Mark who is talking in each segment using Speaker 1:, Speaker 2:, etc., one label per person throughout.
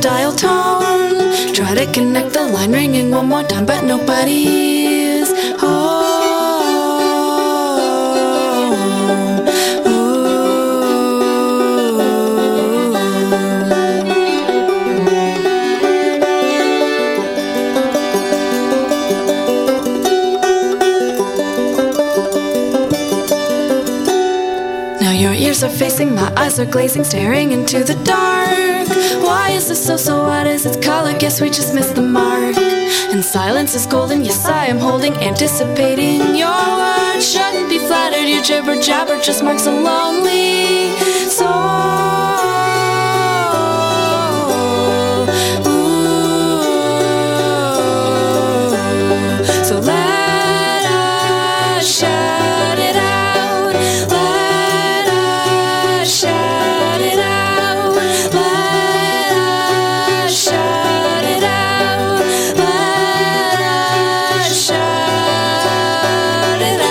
Speaker 1: dial tone. Try to connect the line ringing one more time, but nobody's home. Ooh. Now your ears are facing, my eyes are glazing, staring into the dark. Why is this so, so what is its color? Guess we just missed the mark. And silence is golden, yes, I am holding, anticipating your words. Shouldn't be flattered, your jibber jabber just marks a lonely soul. Ooh. So let us shout it out. Let us shout it out. Let us shout it out. Let us shout it out.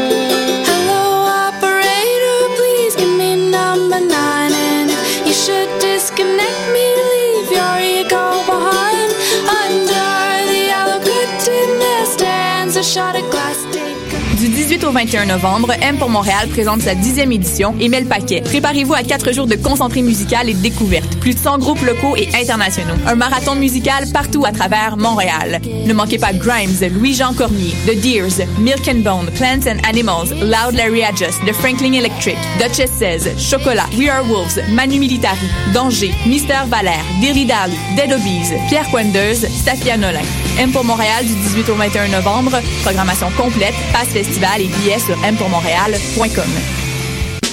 Speaker 1: Hello, operator, please give me number nine. And if you should disconnect me, leave your ego behind. Under the yellow curtain, there stands a shot of glass. Take a
Speaker 2: Du 18 au 21 novembre, M pour Montréal présente sa dixième édition et met le paquet. Préparez-vous à quatre jours de concentrée musicale et de découvertes. Plus de 100 groupes locaux et internationaux. Un marathon musical partout à travers Montréal. Ne manquez pas Grimes, Louis-Jean Cormier, The Deers, Milk and Bone, Plants and Animals, Loud Larry Adjust, The Franklin Electric, Duchess 16, Chocolat, We Are Wolves, Manu Militari, Danger, Mister Valère, Derrida, Dead Obies, Pierre Quenders, Safia Nolin. M pour Montréal du 18 au 21 novembre. Programmation complète, passe festival et billets sur mpourmontréal.com.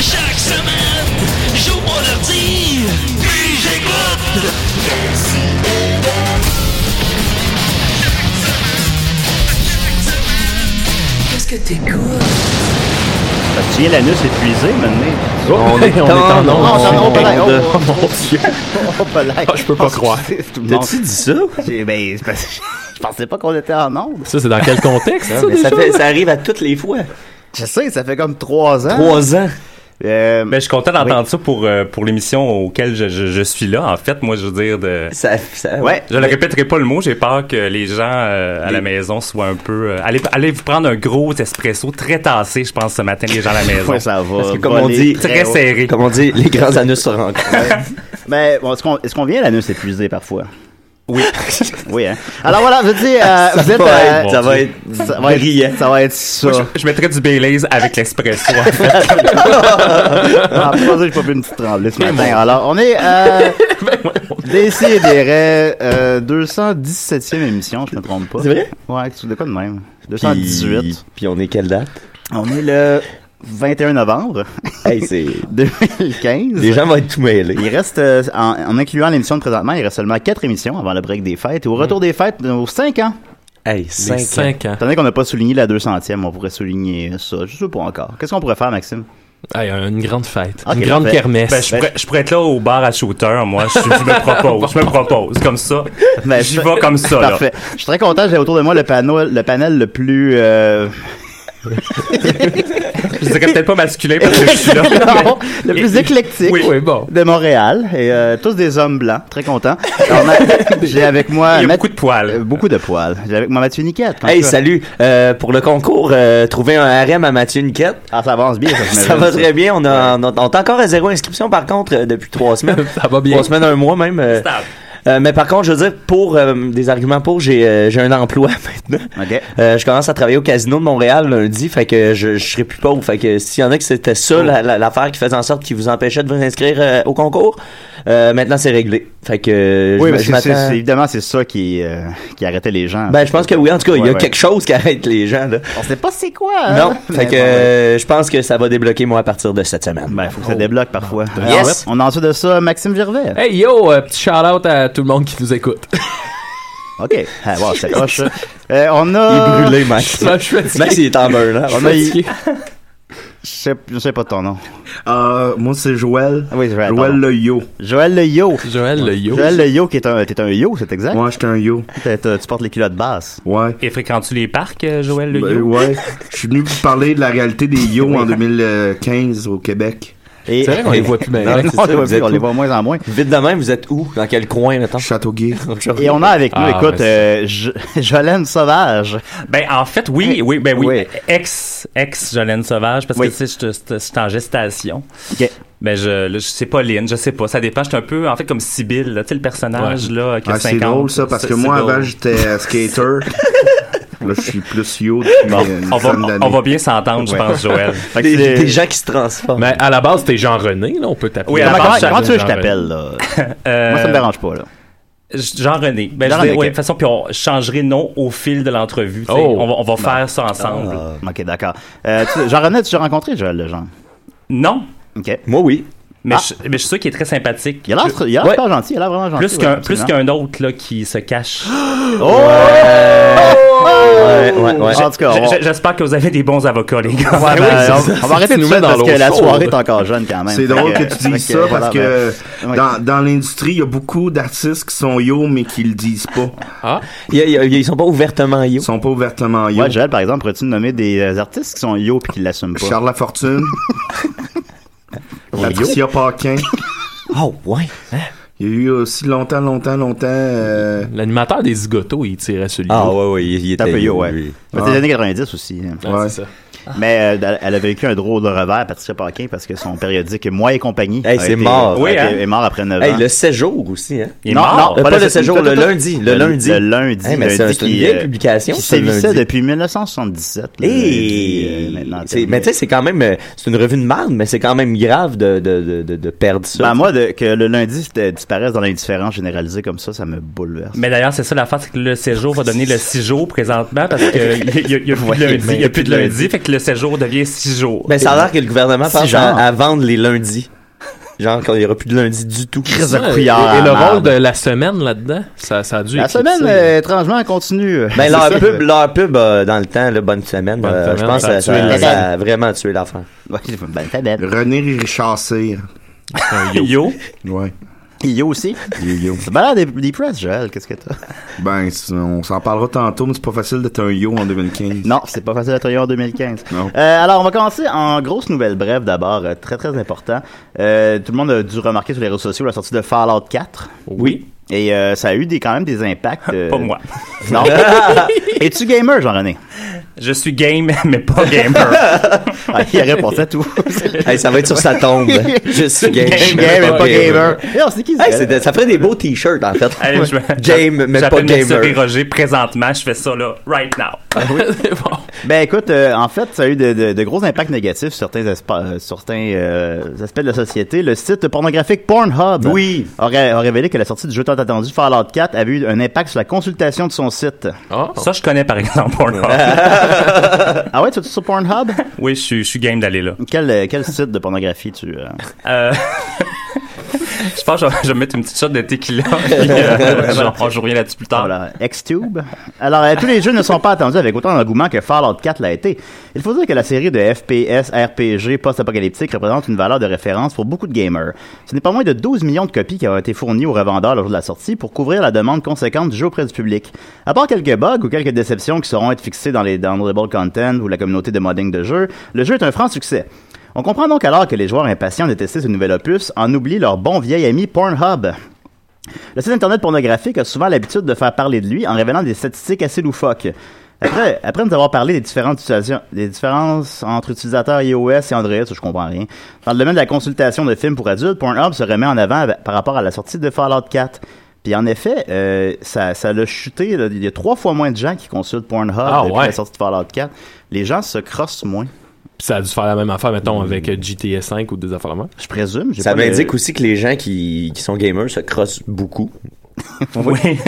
Speaker 3: Chaque semaine, j'ouvre mon ordi, puis j'écoute. Qu'est-ce que t'écoutes?
Speaker 4: Parce que tu viens l'anus épuisé, maintenant.
Speaker 5: On est en
Speaker 4: Oh,
Speaker 5: onde.
Speaker 4: on est en onde.
Speaker 5: Oh mon dieu.
Speaker 4: Oh, palais.
Speaker 5: Ah, je peux pas
Speaker 4: Oh,
Speaker 5: croire.
Speaker 4: c'est- tout le monde.
Speaker 5: T'as-tu dit ça?
Speaker 4: J'ai- Ben, c'est parce que je pensais pas qu'on était en onde.
Speaker 5: Ça, c'est dans quel contexte, ça,
Speaker 6: Mais ça,
Speaker 5: déjà?
Speaker 6: fait- ça arrive à toutes les fois.
Speaker 4: Ah. Je sais, ça fait comme trois ans.
Speaker 6: Trois ans.
Speaker 5: Euh,
Speaker 6: Mais Ben, je suis content d'entendre ça pour, euh, pour l'émission auquel je, je, je suis là. En fait, moi, je veux dire de.
Speaker 5: Ça- ça- ouais.
Speaker 6: Je ne répéterai pas le mot. J'ai peur que les gens euh, à la maison soient un peu. euh, allez, allez vous prendre un gros espresso très tassé, je pense, ce matin, les gens à la maison.
Speaker 5: Ouais, ça va
Speaker 6: Parce que, comme on
Speaker 5: voler
Speaker 6: dit, très
Speaker 5: haut.
Speaker 6: serré.
Speaker 5: Comme on dit, les grands anus se rencontrent.
Speaker 4: Mais bon, est-ce qu'on est-ce qu'on vient à l'anus épuisé parfois?
Speaker 6: Oui.
Speaker 4: oui, hein? Alors voilà, je veux dire, euh,
Speaker 5: Ça
Speaker 4: vous êtes...
Speaker 5: va
Speaker 4: euh,
Speaker 5: être-
Speaker 4: ça,
Speaker 5: mon
Speaker 4: va
Speaker 5: Dieu.
Speaker 4: être,
Speaker 5: Brillant.
Speaker 4: ça va être... Ça va être ça.
Speaker 6: Moi, je, je mettrais du Baileys avec l'espresso. en fait.
Speaker 4: ah, pour ça, j'ai pas pu une petite tremblée ce matin. Alors, on est euh,
Speaker 6: Ben,
Speaker 4: Décidérez, euh, 217e émission, je me trompe pas.
Speaker 5: C'est vrai?
Speaker 4: Ouais, tu de quoi de même? 218.
Speaker 5: Puis, puis on est quelle date?
Speaker 4: On est le 21 novembre
Speaker 5: Hey, c'est...
Speaker 4: 2015.
Speaker 5: Les gens vont être tout mêlés.
Speaker 4: Il reste, euh, en, en incluant l'émission de présentement, il reste seulement 4 émissions avant le break des fêtes. Et au
Speaker 5: Hmm.
Speaker 4: retour des fêtes, nos 5 ans.
Speaker 5: Hey, 5
Speaker 7: 5 ans.
Speaker 4: Attendez qu'on n'a pas souligné la 200e, on pourrait souligner ça. Je sais pas encore. Qu'est-ce qu'on pourrait faire, Maxime?
Speaker 7: Hey, une grande fête.
Speaker 4: Ok,
Speaker 7: une grande
Speaker 4: parfait.
Speaker 7: kermesse.
Speaker 6: Ben, je, pourrais, je pourrais être là au bar à shooter, moi. Je, je me propose. Je me propose. Comme ça.
Speaker 4: Ben,
Speaker 6: J'y
Speaker 4: ça-
Speaker 6: vais comme ça, là.
Speaker 4: Parfait. Je suis très content, j'ai autour de moi le, panneau, le panel le plus... euh,
Speaker 6: Je dirais peut-être pas masculin parce que je suis là.
Speaker 4: non, le plus
Speaker 6: Et-
Speaker 4: éclectique
Speaker 6: Oui.
Speaker 7: Oui, bon.
Speaker 4: de Montréal. Et euh, tous des hommes blancs, très content. Alors, ma- J'ai avec moi...
Speaker 6: Il y a
Speaker 4: Math-
Speaker 6: beaucoup de poils.
Speaker 4: euh, beaucoup de poils. J'ai avec moi Mathieu Niquette. Comment
Speaker 5: Hey,
Speaker 4: ça va?
Speaker 5: salut. Euh, pour le concours, euh, trouver un RM à Mathieu Niquette.
Speaker 4: Ah, ça avance bien.
Speaker 5: Ça
Speaker 4: Ça, j'imagine,
Speaker 5: va très bien. On, a, on, a- on est encore à zéro inscription, par contre, euh, depuis trois semaines.
Speaker 7: Ça va bien.
Speaker 5: Trois semaines, un mois même. euh.
Speaker 6: Stable.
Speaker 5: Euh, mais par contre, je veux dire, pour euh, des arguments pour, j'ai euh, j'ai un emploi maintenant.
Speaker 4: Ok.
Speaker 5: Euh, je commence à travailler au casino de Montréal lundi, fait que je, je serai plus pauvre. Fait que s'il y en a que c'était ça la- la- l'affaire qui faisait en sorte qu'ils vous empêchait de vous inscrire euh, au concours, euh, maintenant c'est réglé. Fait que euh, je
Speaker 4: Oui,
Speaker 5: m-
Speaker 4: mais
Speaker 5: je
Speaker 4: c'est- c'est-
Speaker 5: m'attends.
Speaker 4: c'est- évidemment, c'est ça qui, euh, qui arrêtait les gens.
Speaker 5: Ben je pense que oui, en tout cas, il y a
Speaker 4: Ouais, ouais.
Speaker 5: quelque chose qui arrête les gens là.
Speaker 4: On sait pas c'est quoi. hein?
Speaker 5: Non,
Speaker 4: Mais
Speaker 5: fait que
Speaker 4: bon, ouais.
Speaker 5: euh, je pense que ça va débloquer moi à partir de cette semaine.
Speaker 4: Ben, faut que ça débloque parfois.
Speaker 5: Yes.
Speaker 4: Alors, Ah, on a ensuite de ça Maxime Gervais.
Speaker 7: Hey yo, euh, petit shout out à tout le monde qui nous écoute.
Speaker 4: OK. Ah, wow, c'est proche. ça. Euh, on a.
Speaker 5: Il est brûlé, Max.
Speaker 7: Ça, je suis fatigué.
Speaker 5: Max, il est en burn,
Speaker 7: Je suis
Speaker 4: hein. on a-
Speaker 7: fatigué.
Speaker 4: Je sais, je sais pas ton nom.
Speaker 3: Euh, moi, c'est Joël.
Speaker 4: Ah oui, Joël,
Speaker 3: Joël
Speaker 4: pardon.
Speaker 3: le yo.
Speaker 4: Joël Le Yo.
Speaker 7: Joël le yo.
Speaker 4: Joël Le Yo, qui est un, t'es un yo, c'est exact?
Speaker 3: Ouais, j'étais un yo.
Speaker 4: T'es- t'es- tu portes les culottes basses.
Speaker 3: Ouais.
Speaker 6: Et fréquentes-tu les parcs, euh, Joël Le
Speaker 3: Ben,
Speaker 6: Guillaume?
Speaker 3: ouais. Je suis venu vous parler de la réalité des yo en 2015 au Québec.
Speaker 4: Et-
Speaker 7: C'est vrai qu'on les voit plus, mais-
Speaker 4: Non,
Speaker 7: Ouais,
Speaker 4: non,
Speaker 5: c'est
Speaker 4: on
Speaker 5: ça,
Speaker 4: les voit
Speaker 5: vous
Speaker 4: plus,
Speaker 5: êtes
Speaker 4: on les
Speaker 5: où?
Speaker 4: voit moins en moins.
Speaker 5: Vite de même, vous êtes où Dans quel coin maintenant
Speaker 3: Châteauguay.
Speaker 4: Et on a avec nous,
Speaker 7: Ah,
Speaker 4: écoute,
Speaker 7: ouais,
Speaker 4: euh, Jo- Jolène Sauvage.
Speaker 6: Ben, en fait, oui, oui, ben oui.
Speaker 4: Oui.
Speaker 6: Ex, ex Jolène Sauvage, parce
Speaker 4: Oui.
Speaker 6: que, tu sais, je- je je suis en gestation.
Speaker 4: OK.
Speaker 6: Ben, je, là, je sais pas, Lynn, je sais pas. Ça dépend. Je suis un peu, en fait, comme Sibylle, là, tu sais, le personnage, là, qui a
Speaker 3: Ah, c'est
Speaker 6: 50.
Speaker 3: drôle ça, parce que moi
Speaker 6: Sibylle.
Speaker 3: avant j'étais euh, skater. Là, je suis plus yo depuis
Speaker 6: Bon,
Speaker 3: euh, une
Speaker 6: on, va,
Speaker 3: dizaine d'années.
Speaker 6: on va bien s'entendre, je pense, Joël.
Speaker 4: Fait que
Speaker 5: des,
Speaker 4: c'est-
Speaker 5: des gens qui se transforment.
Speaker 7: Mais à la base, t'es Jean-René, là, on peut t'appeler.
Speaker 6: Oui, à la
Speaker 4: Comment, comment-
Speaker 6: base,
Speaker 4: comment tu veux que je
Speaker 7: Jean-René.
Speaker 4: t'appelle, là?
Speaker 6: Euh,
Speaker 4: Moi, ça me dérange pas, là.
Speaker 6: Je- Jean-René. Ben, je
Speaker 4: Jean-René,
Speaker 6: vais- ouais,
Speaker 4: ok.
Speaker 6: de toute façon, puis on changerait de nom au fil de l'entrevue. tu sais.
Speaker 7: Oh.
Speaker 6: On va, on va faire ça ensemble.
Speaker 4: Ok, d'accord. Euh, tu- Jean-René, tu as rencontré Joël Legendre?
Speaker 6: Non,
Speaker 4: Ok.
Speaker 5: Moi oui.
Speaker 6: mais,
Speaker 4: Ah.
Speaker 6: je, mais je suis sûr qu'il est très sympathique.
Speaker 4: Il a l'air il a l'air
Speaker 5: Ouais.
Speaker 4: super gentil, il a l'air vraiment Ah, gentil.
Speaker 6: Plus qu'un plus qu'un autre là, qui se cache.
Speaker 5: Ouais, ouais, ouais.
Speaker 4: En tout cas, on,
Speaker 6: J- j- J'espère que vous avez des bons avocats, les gars.
Speaker 4: Ouais, ben, on- on va arrêter
Speaker 7: Tu
Speaker 4: tout
Speaker 7: nous
Speaker 4: ça
Speaker 7: mets dans
Speaker 4: parce que
Speaker 7: l'eau
Speaker 4: la
Speaker 7: chaude.
Speaker 4: soirée est encore jeune quand même.
Speaker 3: C'est
Speaker 4: Fait
Speaker 3: drôle que tu
Speaker 4: fait
Speaker 3: dises ça
Speaker 4: voilà,
Speaker 3: parce
Speaker 4: ben,
Speaker 3: que
Speaker 4: ouais.
Speaker 3: dans, dans l'industrie, il y a beaucoup d'artistes qui sont yo mais qui le disent pas.
Speaker 7: Ah,
Speaker 5: Ils, ils- ils sont pas ouvertement yo.
Speaker 3: Ils sont pas ouvertement yo.
Speaker 4: Ouais, Joël, par exemple, pourrais-tu nommer des euh, artistes qui sont yo puis qui l'assument pas?
Speaker 3: Charles Lafortune, Patricia Paquin.
Speaker 4: Ah,
Speaker 5: Oh ouais.
Speaker 4: hein?
Speaker 3: Il y a eu aussi longtemps, longtemps, longtemps. euh,
Speaker 7: l'animateur des zigotos, il tirait celui
Speaker 5: Ah ouais ouais, il, il
Speaker 4: C'est un
Speaker 5: était
Speaker 4: peu yo, ouais.
Speaker 5: lui.
Speaker 4: Mais
Speaker 3: Ah.
Speaker 4: C'est les années 90 aussi. hein.
Speaker 3: ouais.
Speaker 7: c'est ça.
Speaker 4: Mais euh, elle a vécu un drôle de revers, Patricia Paquin, parce que son périodique Moi et compagnie
Speaker 5: Hey,
Speaker 4: a
Speaker 5: c'est
Speaker 4: été-
Speaker 5: mort.
Speaker 6: Oui,
Speaker 4: a
Speaker 6: hein?
Speaker 4: été- est mort après 9 ans.
Speaker 5: Hey, le séjour aussi hein.
Speaker 6: Il est
Speaker 4: non,
Speaker 6: mort.
Speaker 4: non,
Speaker 5: Euh,
Speaker 4: pas
Speaker 5: pas
Speaker 4: le
Speaker 5: le séjour, le
Speaker 4: tout, tout, tout.
Speaker 5: lundi, le lundi.
Speaker 4: Le lundi.
Speaker 5: Hey, mais
Speaker 4: lundi
Speaker 5: c'est un- c'est une
Speaker 4: qui,
Speaker 5: vieille
Speaker 4: euh,
Speaker 5: publication,
Speaker 4: Qui
Speaker 5: ça, le
Speaker 4: sévissait
Speaker 5: lundi.
Speaker 4: depuis 1977. là,
Speaker 5: Hey!
Speaker 4: depuis, euh, maintenant,
Speaker 5: C'est- mais tu sais, c'est quand même, euh, c'est une revue de merde, mais c'est quand même grave de, de, de, de- de perdre ça.
Speaker 4: Ben, moi, de- que le lundi c'était- disparaisse dans l'indifférence généralisée comme ça, ça me bouleverse.
Speaker 6: Mais d'ailleurs, c'est ça l'affaire, c'est que le séjour va donner le 6 jours présentement parce qu'il n'y a, y a plus de lundi. Il y a plus de lundi, fait que le séjour devient 6 jours.
Speaker 5: Ben, ça a l'air que le gouvernement pense
Speaker 4: genre.
Speaker 5: à, à vendre les lundis. Genre qu'il n'y aura plus de lundi du tout.
Speaker 4: Crise de
Speaker 7: Ouais,
Speaker 4: couillard
Speaker 7: et, et
Speaker 4: à
Speaker 7: le
Speaker 4: marde.
Speaker 7: rôle de la semaine là-dedans, ça, ça a dû.
Speaker 4: La
Speaker 7: éclipser,
Speaker 4: semaine,
Speaker 7: là.
Speaker 4: euh, étrangement, elle continue.
Speaker 5: Ben,
Speaker 4: C'est
Speaker 5: leur
Speaker 4: ça.
Speaker 5: pub, leur pub euh, dans le temps, là, bonne semaine,
Speaker 7: Bonne
Speaker 5: euh,
Speaker 7: semaine,
Speaker 5: je pense
Speaker 7: ça a
Speaker 5: que ça,
Speaker 7: tué
Speaker 4: le-
Speaker 5: ça a vraiment tué l'affaire.
Speaker 4: Ouais, ben, t'as bête.
Speaker 3: René Richard Cyr.
Speaker 6: Yo,
Speaker 3: Ouais.
Speaker 4: Yo aussi. Yo. C'est malade, des, des press, Joël. Qu'est-ce que t'as?
Speaker 3: Ben, c'est- on s'en parlera tantôt, mais c'est pas facile d'être un yo en 2015.
Speaker 4: Non, c'est pas facile d'être un yo en 2015.
Speaker 3: Non.
Speaker 4: Euh, alors, on va commencer en grosse nouvelle brève d'abord, euh, très très important. Euh, tout le monde a dû remarquer sur les réseaux sociaux la sortie de Fallout 4.
Speaker 5: Oui.
Speaker 4: Et euh, ça a eu des, quand même des impacts. euh,
Speaker 6: Pas moi.
Speaker 4: Non. Es-tu gamer, Jean-René?
Speaker 6: Je suis game, mais pas gamer.
Speaker 4: Ah, il répondait à tout.
Speaker 5: Hey, ça va être sur sa tombe. Je suis game.
Speaker 4: Je suis game, mais pas gamer. Non, c'est qui,
Speaker 5: Hey,
Speaker 4: ça?
Speaker 5: c'est de- ça ferait des beaux t-shirts, en fait.
Speaker 6: Allez, je me-
Speaker 5: game, mais pas
Speaker 6: J'appelle Mathieu
Speaker 5: gamer.
Speaker 6: Roger présentement, je fais ça là, right now.
Speaker 4: Ben écoute, euh, en fait, ça a eu de, de- de gros impacts négatifs sur certains, aspa- euh, sur certains euh, aspects de la société. Le site pornographique Pornhub
Speaker 5: Oui.
Speaker 4: a, ré- a révélé que la sortie du jeu tant attendu Fallout 4 avait eu un impact sur la consultation de son site.
Speaker 6: Ça, je connais par exemple Pornhub.
Speaker 4: ah ouais, tu es sur Pornhub?
Speaker 6: oui, je suis- je suis game d'aller là.
Speaker 4: Quel, euh, quel site de pornographie tu... euh,
Speaker 6: Euh, je pense que je vais- je vais mettre une petite shot de tequila. puis, euh, genre, on- je reviens là-dessus plus tard.
Speaker 4: Voilà, X-Tube. Alors, euh, tous les jeux ne sont pas attendus avec autant d'engouement que Fallout 4 l'a été. Il faut dire que la série de FPS, RPG, post-apocalyptique représente une valeur de référence pour beaucoup de gamers. Ce n'est pas moins de 12 millions de copies qui ont été fournies aux revendeurs le jour de la sortie pour couvrir la demande conséquente du jeu auprès du public. À part quelques bugs ou quelques déceptions qui seront être fixées dans les downloadable content ou la communauté de modding de jeu, le jeu est un franc succès. On comprend donc alors que les joueurs impatients de tester ce nouvel opus en oublient leur bon vieil ami Pornhub. Le site internet pornographique a souvent l'habitude de faire parler de lui en révélant des statistiques assez loufoques. Après, après nous avoir parlé des différentes utilisations- des différences entre utilisateurs iOS et Android, ça, je comprends rien. Dans le domaine de la consultation de films pour adultes, Pornhub se remet en avant av- par rapport à la sortie de Fallout 4. Puis en effet, euh, ça, ça l'a chuté. là. Il y a trois fois moins de gens qui consultent Pornhub
Speaker 7: Ah,
Speaker 4: depuis
Speaker 7: ouais.
Speaker 4: la sortie de Fallout 4. Les gens se crossent moins.
Speaker 7: Puis ça a dû faire la même affaire, mettons, avec euh, GTA 5 ou des affaires là
Speaker 4: Je présume. j'ai
Speaker 5: Ça
Speaker 4: pas le-
Speaker 5: m'indique aussi que les gens qui, qui sont gamers se crossent beaucoup.
Speaker 6: Oui.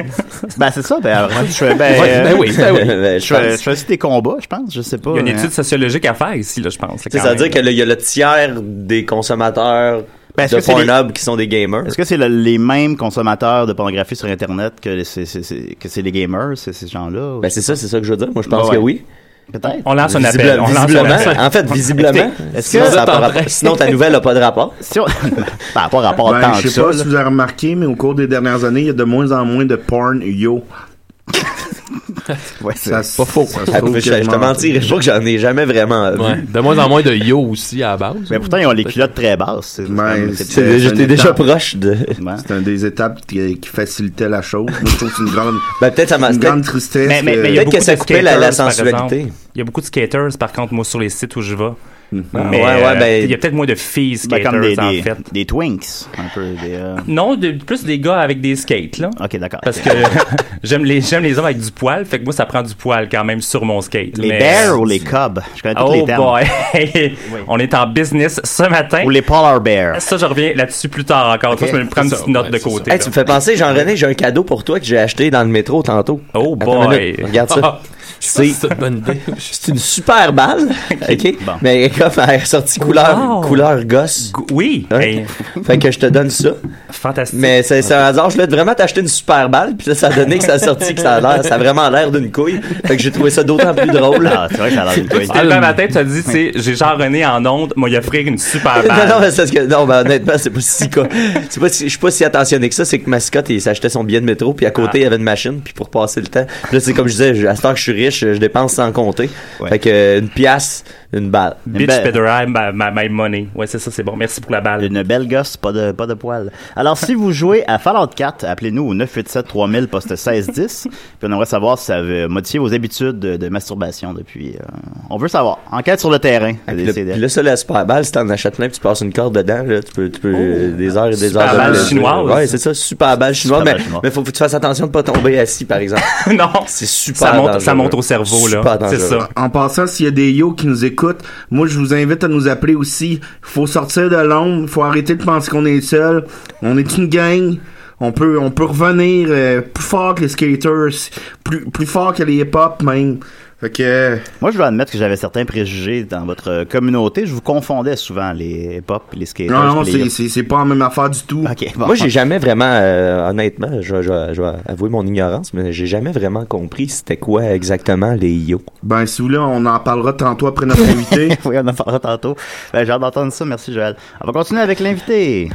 Speaker 4: ben c'est ça. Ben, alors, je fais, ben,
Speaker 5: Ouais, ben oui, ben oui.
Speaker 4: Je fais, je fais aussi des combats, je pense. Je sais pas.
Speaker 6: Il y a une
Speaker 4: hein.
Speaker 6: étude sociologique à faire ici, là, je pense. là, quand
Speaker 5: C'est-à-dire
Speaker 6: même.
Speaker 5: qu'il y a le tiers des consommateurs
Speaker 4: Ben, est-ce
Speaker 5: de
Speaker 4: que c'est
Speaker 5: Pornhub qui sont des gamers.
Speaker 4: Est-ce que c'est le- les mêmes consommateurs de pornographie sur Internet que les- c'est c'est- c'est- que c'est les gamers, c'est ces gens-là?
Speaker 5: Ben, c'est ça, c'est ça que je veux dire. Moi, je pense que oui.
Speaker 4: Peut-être.
Speaker 6: On lance un
Speaker 5: Visible-
Speaker 6: appel. On lance un
Speaker 5: visiblement.
Speaker 6: appel.
Speaker 5: En fait, visiblement.
Speaker 4: Écoutez, est-ce
Speaker 5: sinon,
Speaker 4: que-
Speaker 5: ça a pas rapport- sinon, ta nouvelle n'a pas de rapport.
Speaker 4: Si on- Par rapport à rapport
Speaker 3: Ben,
Speaker 4: tant
Speaker 3: je
Speaker 4: que
Speaker 3: sais
Speaker 4: ça.
Speaker 3: pas
Speaker 4: là.
Speaker 3: si vous avez remarqué, mais au cours des dernières années, il y a de moins en moins de porn yo.
Speaker 4: Ouais,
Speaker 3: Ça,
Speaker 4: c'est-
Speaker 3: pas faux.
Speaker 5: Ah, mais je, je te mentirais pas que j'en ai jamais vraiment vu.
Speaker 7: Ouais. De moins en moins de yo aussi à la base.
Speaker 4: Mais pourtant, ils ont les culottes très basses. C'est
Speaker 3: Ben,
Speaker 4: c'est-
Speaker 3: c'est-
Speaker 5: T'es-
Speaker 3: c'est
Speaker 5: J'étais
Speaker 3: une
Speaker 5: déjà
Speaker 3: étape.
Speaker 5: proche de.
Speaker 4: Ouais.
Speaker 3: C'est un des étapes qui, qui facilitait la chose. Moi, je trouve que c'est une grande,
Speaker 5: Ben, peut-être ça m'a.
Speaker 3: une grande
Speaker 5: peut-être-
Speaker 3: tristesse.
Speaker 6: Mais, mais-
Speaker 3: que-
Speaker 6: mais il y a
Speaker 5: peut-être
Speaker 6: beaucoup
Speaker 5: que ça
Speaker 6: de
Speaker 5: coupait la- la
Speaker 6: skaters, par
Speaker 5: sensualité.
Speaker 6: exemple. Il y a beaucoup de skaters, par contre, moi, sur les sites où je vais. Mais,
Speaker 3: Mm-hmm.
Speaker 4: Ah,
Speaker 5: ouais, ouais,
Speaker 6: euh,
Speaker 5: ben-
Speaker 6: Il y a peut-être moins de filles skaters,
Speaker 4: ben, comme des,
Speaker 6: en
Speaker 4: des,
Speaker 6: fait.
Speaker 4: des twinks, un peu. Des, euh,
Speaker 6: Non, de- plus des gars avec des skates, là.
Speaker 4: Ok, d'accord.
Speaker 6: Parce
Speaker 4: ok.
Speaker 6: que j'aime les, j'aime les hommes avec du poil, fait que moi, ça prend du poil quand même sur mon skate.
Speaker 4: Les
Speaker 6: mais-
Speaker 4: bears ou les cubs? Je connais tous
Speaker 6: Oh
Speaker 4: les termes.
Speaker 6: boy! On est en business ce matin.
Speaker 4: Ou les polar bears.
Speaker 6: Ça, je reviens là-dessus plus tard encore. Toi, je vais me prendre une petite note de côté.
Speaker 5: Hey, tu me fais penser, Jean-René, j'ai un cadeau pour toi que j'ai acheté dans le métro tantôt.
Speaker 6: Oh
Speaker 5: Attends une
Speaker 6: boy!
Speaker 5: minute, Regarde ça.
Speaker 7: C'est une Ah, bonne idée.
Speaker 5: C'est une super balle, ok?
Speaker 4: Bon.
Speaker 5: Mais comme elle est sortie couleur,
Speaker 6: Wow.
Speaker 5: couleur gosse.
Speaker 6: Go- Oui!
Speaker 5: Ouais.
Speaker 6: Hey,
Speaker 5: fait que je te donne ça.
Speaker 6: fantastique.
Speaker 5: Mais c'est c'est un hasard, je voulais vraiment t'acheter une super balle, puis là, ça a donné que ça a sorti, que ça a l'air, ça a vraiment l'air d'une couille. Fait que j'ai trouvé ça d'autant plus drôle.
Speaker 4: Ah, c'est vrai que ça a l'air d'une
Speaker 6: Toi, tu
Speaker 4: twink.
Speaker 6: t'es levé un matin, tu as dit, tu sais, j'ai Jean-René en onde, moi, il a offrir une super
Speaker 5: Non,
Speaker 6: balle.
Speaker 5: non, mais c'est parce que, non, mais honnêtement, c'est pas si, co- c'est pas si- je suis pas si attentionné que ça, c'est que Mascotte, il s'achetait son billet de métro, puis à
Speaker 6: Ah.
Speaker 5: côté, il y avait une machine, puis pour passer le temps. Là, c'est comme je disais, je- à ce temps que je suis riche, je dépense sans compter.
Speaker 4: Ouais.
Speaker 5: Fait que, euh, une pièce, une balle.
Speaker 6: Bitch,
Speaker 4: Ben-
Speaker 6: better have my, my- my money. Ouais, c'est ça, c'est bon. Merci pour la balle.
Speaker 4: Une belle gosse, pas de, pas de poils. Alors, si vous jouez à Fallout 4, appelez-nous au 987-3000, poste 1610. Puis on aimerait savoir si ça a modifié vos habitudes de, de masturbation depuis. euh, on veut savoir. Enquête sur le terrain.
Speaker 5: Ah, puis
Speaker 4: Des
Speaker 5: le,
Speaker 4: CD.
Speaker 5: puis là, ça, la super balle, si t'en achètes plein, puis tu passes une corde dedans, là, tu peux, tu
Speaker 4: Oh.
Speaker 5: peux euh, des heures et des
Speaker 6: Super
Speaker 5: heures. de-
Speaker 6: balle
Speaker 5: de-
Speaker 6: chinoise.
Speaker 5: Ouais, c'est ça, super balle chinoise.
Speaker 4: Super
Speaker 5: mais,
Speaker 4: balle chinoise.
Speaker 5: mais faut que tu fasses attention de pas tomber assis, par exemple.
Speaker 6: non!
Speaker 5: C'est super
Speaker 6: Ça monte,
Speaker 5: dangereux.
Speaker 6: ça monte au cerveau,
Speaker 5: Super
Speaker 6: là. C'est
Speaker 5: dangereux.
Speaker 6: ça.
Speaker 3: En passant, s'il y a des yo qui nous écoutent, moi je vous invite à nous appeler aussi. Faut sortir de l'ombre, faut arrêter de penser qu'on est seul. On est une gang. On peut, on peut revenir euh, plus fort que les skaters, plus, plus fort que les hip-hop même. Fait que euh,
Speaker 4: Moi, je dois admettre que j'avais certains préjugés dans votre communauté. Je vous confondais souvent, les hip-hop, les skaters.
Speaker 3: non, non,
Speaker 4: puis les
Speaker 3: c'est, c'est, c'est pas la même affaire du tout.
Speaker 4: Ok, bon.
Speaker 5: Moi, j'ai jamais vraiment, euh, honnêtement, je, vais- je vais- je vais avouer mon ignorance, mais j'ai jamais vraiment compris c'était quoi exactement les yo.
Speaker 3: Ben si vous voulez, on en parlera tantôt après notre invité.
Speaker 4: oui, on en parlera tantôt. Ben, j'ai hâte d'entendre ça. Merci, Joël. On va continuer avec l'invité.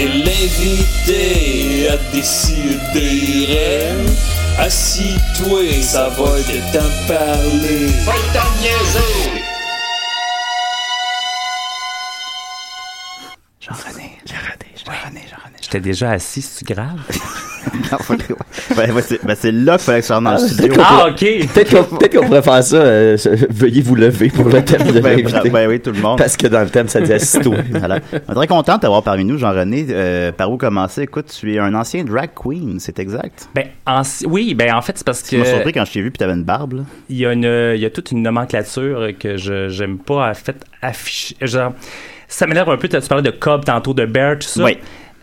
Speaker 8: Et l'invité à décider. Assis-toi, ça va être temps de parler. Va t'en niaiser!
Speaker 4: Jean-René, Jean-René, Jean-René, Jean-René.
Speaker 6: J'étais déjà assis, c'est grave?
Speaker 4: Ouais, ouais, c'est- ben, c'est là qu'il fallait que ça rentre dans le studio.
Speaker 5: Ah, ok! Peut-être qu'on peut-être qu'on pourrait faire ça. euh, ce- veuillez vous lever pour le thème de
Speaker 4: Ben,
Speaker 5: l'invité.
Speaker 4: ben, oui, tout le monde.
Speaker 5: Parce que dans le thème, ça dit assis-toi.
Speaker 4: voilà. On est très content de t'avoir parmi nous, Jean-René. Euh, par où commencer? Écoute, tu es un ancien drag queen, c'est exact.
Speaker 6: Ben, anci- oui, ben en fait, c'est parce que.
Speaker 4: Tu m'as surpris quand je t'ai vu puis t'avais une barbe, là.
Speaker 6: Il y a une, il y a toute une nomenclature que je j'aime pas à fait afficher. Genre, ça m'énerve un peu. Tu parlais de Cobb tantôt, de Bear, tout ça.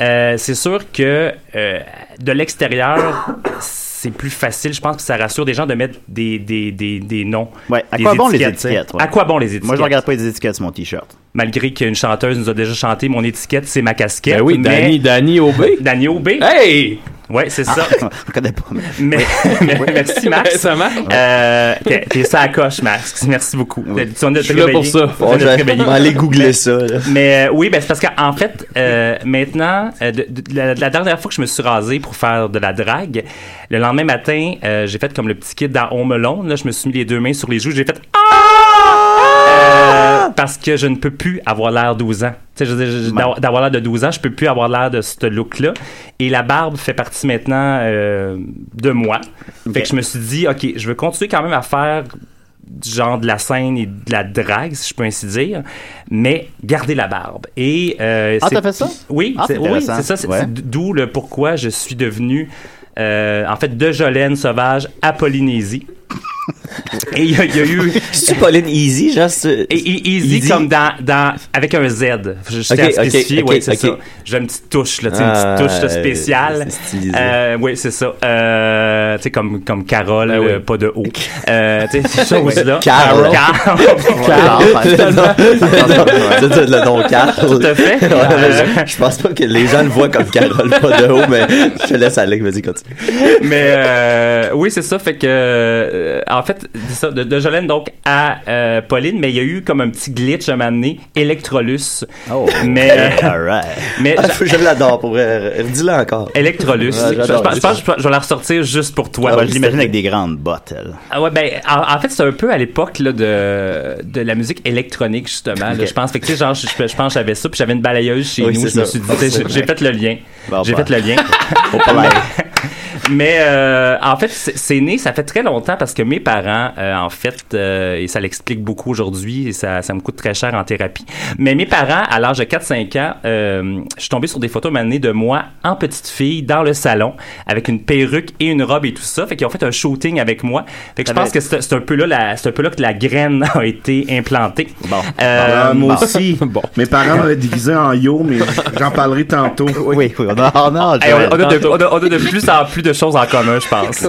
Speaker 6: Euh, c'est sûr que euh, de l'extérieur, c'est plus facile, je pense, que ça rassure des gens de mettre des, des, des, des noms.
Speaker 4: À
Speaker 6: des
Speaker 4: quoi bon les
Speaker 6: tu sais.
Speaker 4: étiquettes? ouais.
Speaker 6: À quoi bon les étiquettes?
Speaker 4: Moi, je regarde pas les étiquettes sur mon t-shirt.
Speaker 6: Malgré qu'une chanteuse nous a déjà chanté Mon étiquette, c'est ma casquette.
Speaker 4: Ben oui, Dani-
Speaker 6: Danny Aubé. Danny Aubé. Hey! Ouais, c'est ça.
Speaker 5: Ah,
Speaker 4: Je connais pas. mais-
Speaker 6: Mais, mais-
Speaker 4: Oui.
Speaker 6: merci, Max.
Speaker 4: Ça marche.
Speaker 6: Euh, t'es- T'es ça à coche, Max. Merci beaucoup. Tu viens de te
Speaker 5: Je suis là
Speaker 6: réveiller.
Speaker 5: pour
Speaker 6: Tu viens
Speaker 5: ça.
Speaker 6: de te
Speaker 5: Bon, je-
Speaker 6: réveiller.
Speaker 5: on va aller googler
Speaker 6: Mais-
Speaker 5: ça, là.
Speaker 6: Mais euh, oui, ben, c'est parce qu'en fait, euh, maintenant, euh, de- de- la, la dernière fois que je me suis rasé pour faire de la drague, le lendemain matin, euh, j'ai fait comme le petit kid dans Home Alone. Là, je me suis mis les deux mains sur les joues. J'ai fait euh, parce que je ne peux plus avoir l'air 12 ans. Tu sais, je veux dire, je- d'avoir- D'avoir l'air de 12 ans, je peux plus avoir l'air de ce look-là. Et la barbe fait partie maintenant euh, de moi. Fait que je me suis dit, OK, je veux continuer quand même à faire du genre de la scène et de la drague, si je peux ainsi dire, mais garder la barbe. Et, euh,
Speaker 4: Ah,
Speaker 6: c'est-
Speaker 4: t'as fait ça?
Speaker 6: Oui,
Speaker 4: Ah,
Speaker 6: c'est
Speaker 4: c'est
Speaker 6: oui,
Speaker 4: intéressant.
Speaker 6: c'est ça. c'est-
Speaker 4: Ouais.
Speaker 6: c'est D'où le pourquoi je suis devenu, euh, en fait, de Jolène Sauvage à Polynésie. Et il y, a- il y a eu.
Speaker 5: C'est Pauline Easy, genre. c'est-
Speaker 6: Et, et- easy,
Speaker 5: Easy?
Speaker 6: comme dans, dans- avec un Z. Je, je
Speaker 5: Ok,
Speaker 6: tiens à
Speaker 5: ok,
Speaker 6: spécifier,
Speaker 5: ok,
Speaker 6: ouais, c'est
Speaker 5: ok.
Speaker 6: ça. J'ai une petite touche, là, tu sais,
Speaker 5: Ah,
Speaker 6: une petite touche là,
Speaker 5: euh,
Speaker 6: spéciale.
Speaker 5: c'est stylisé.
Speaker 6: Euh, oui, c'est ça. Euh, tu sais, comme, comme Carole,
Speaker 5: Ben oui.
Speaker 6: euh, pas de O. Euh, tu sais, ces
Speaker 5: Ouais.
Speaker 6: choses-là.
Speaker 5: Carole.
Speaker 6: Carole.
Speaker 5: Carole. C'est ça, le nom Carole.
Speaker 6: Tout à fait.
Speaker 5: Ouais, mais je, je pense pas que les gens le voient comme Carole, pas de haut, mais je te laisse aller. Vas-y, continue.
Speaker 6: mais euh, oui, c'est ça. Fait que, euh, en fait, c'est ça, de, de Jolene donc à euh, Pauline, mais il y a eu comme un petit glitch à un moment donné, Electrolus.
Speaker 5: Oh.
Speaker 6: Mais, mais
Speaker 5: Ah, je l'adore pour vrai. Dis-le encore.
Speaker 6: Electrolus.
Speaker 5: Ouais,
Speaker 6: je, je
Speaker 5: j'adore.
Speaker 6: pense- Ah, je pense que je vais la ressortir juste pour toi.
Speaker 5: Ah ouais,
Speaker 6: Je
Speaker 5: je
Speaker 6: l'imagine
Speaker 4: avec des grandes bottes, elle.
Speaker 6: Ah ouais, ben, en, en fait, c'est un peu à l'époque là, de, de la musique électronique, justement. là,
Speaker 5: Ok.
Speaker 6: je pense, fait que, tu sais, genre, je, je- je pense que j'avais ça, puis j'avais une balayeuse chez
Speaker 5: Oui,
Speaker 6: nous.
Speaker 5: c'est
Speaker 6: Je
Speaker 5: ça.
Speaker 6: me suis dit, tu sais, j'ai- j'ai fait le lien.
Speaker 5: Bon,
Speaker 6: j'ai
Speaker 5: ben.
Speaker 6: fait le lien. Mais euh, en fait, c'est c'est né, ça fait très longtemps parce que mes parents, euh, en fait, euh, et ça l'explique beaucoup aujourd'hui, et ça, ça me coûte très cher en thérapie, mais mes parents, à l'âge de 4-5 ans, euh, je suis tombé sur des photos manées de moi en petite fille dans le salon avec une perruque et une robe et tout ça. Fait qu'ils ont fait un shooting avec moi. Fait que je
Speaker 4: Ça
Speaker 6: pense
Speaker 4: va
Speaker 6: que c'est c'est un, peu là la- c'est un peu là que la graine a été implantée. Euh, Bon.
Speaker 3: Ah, moi aussi. Mes parents m'avaient déguisé en yo, mais j'en parlerai tantôt. Oui,
Speaker 4: oui, on a, on a,
Speaker 6: Hey, on, on a de, euh, on a- on a de plus en plus de choses en commun, je pense.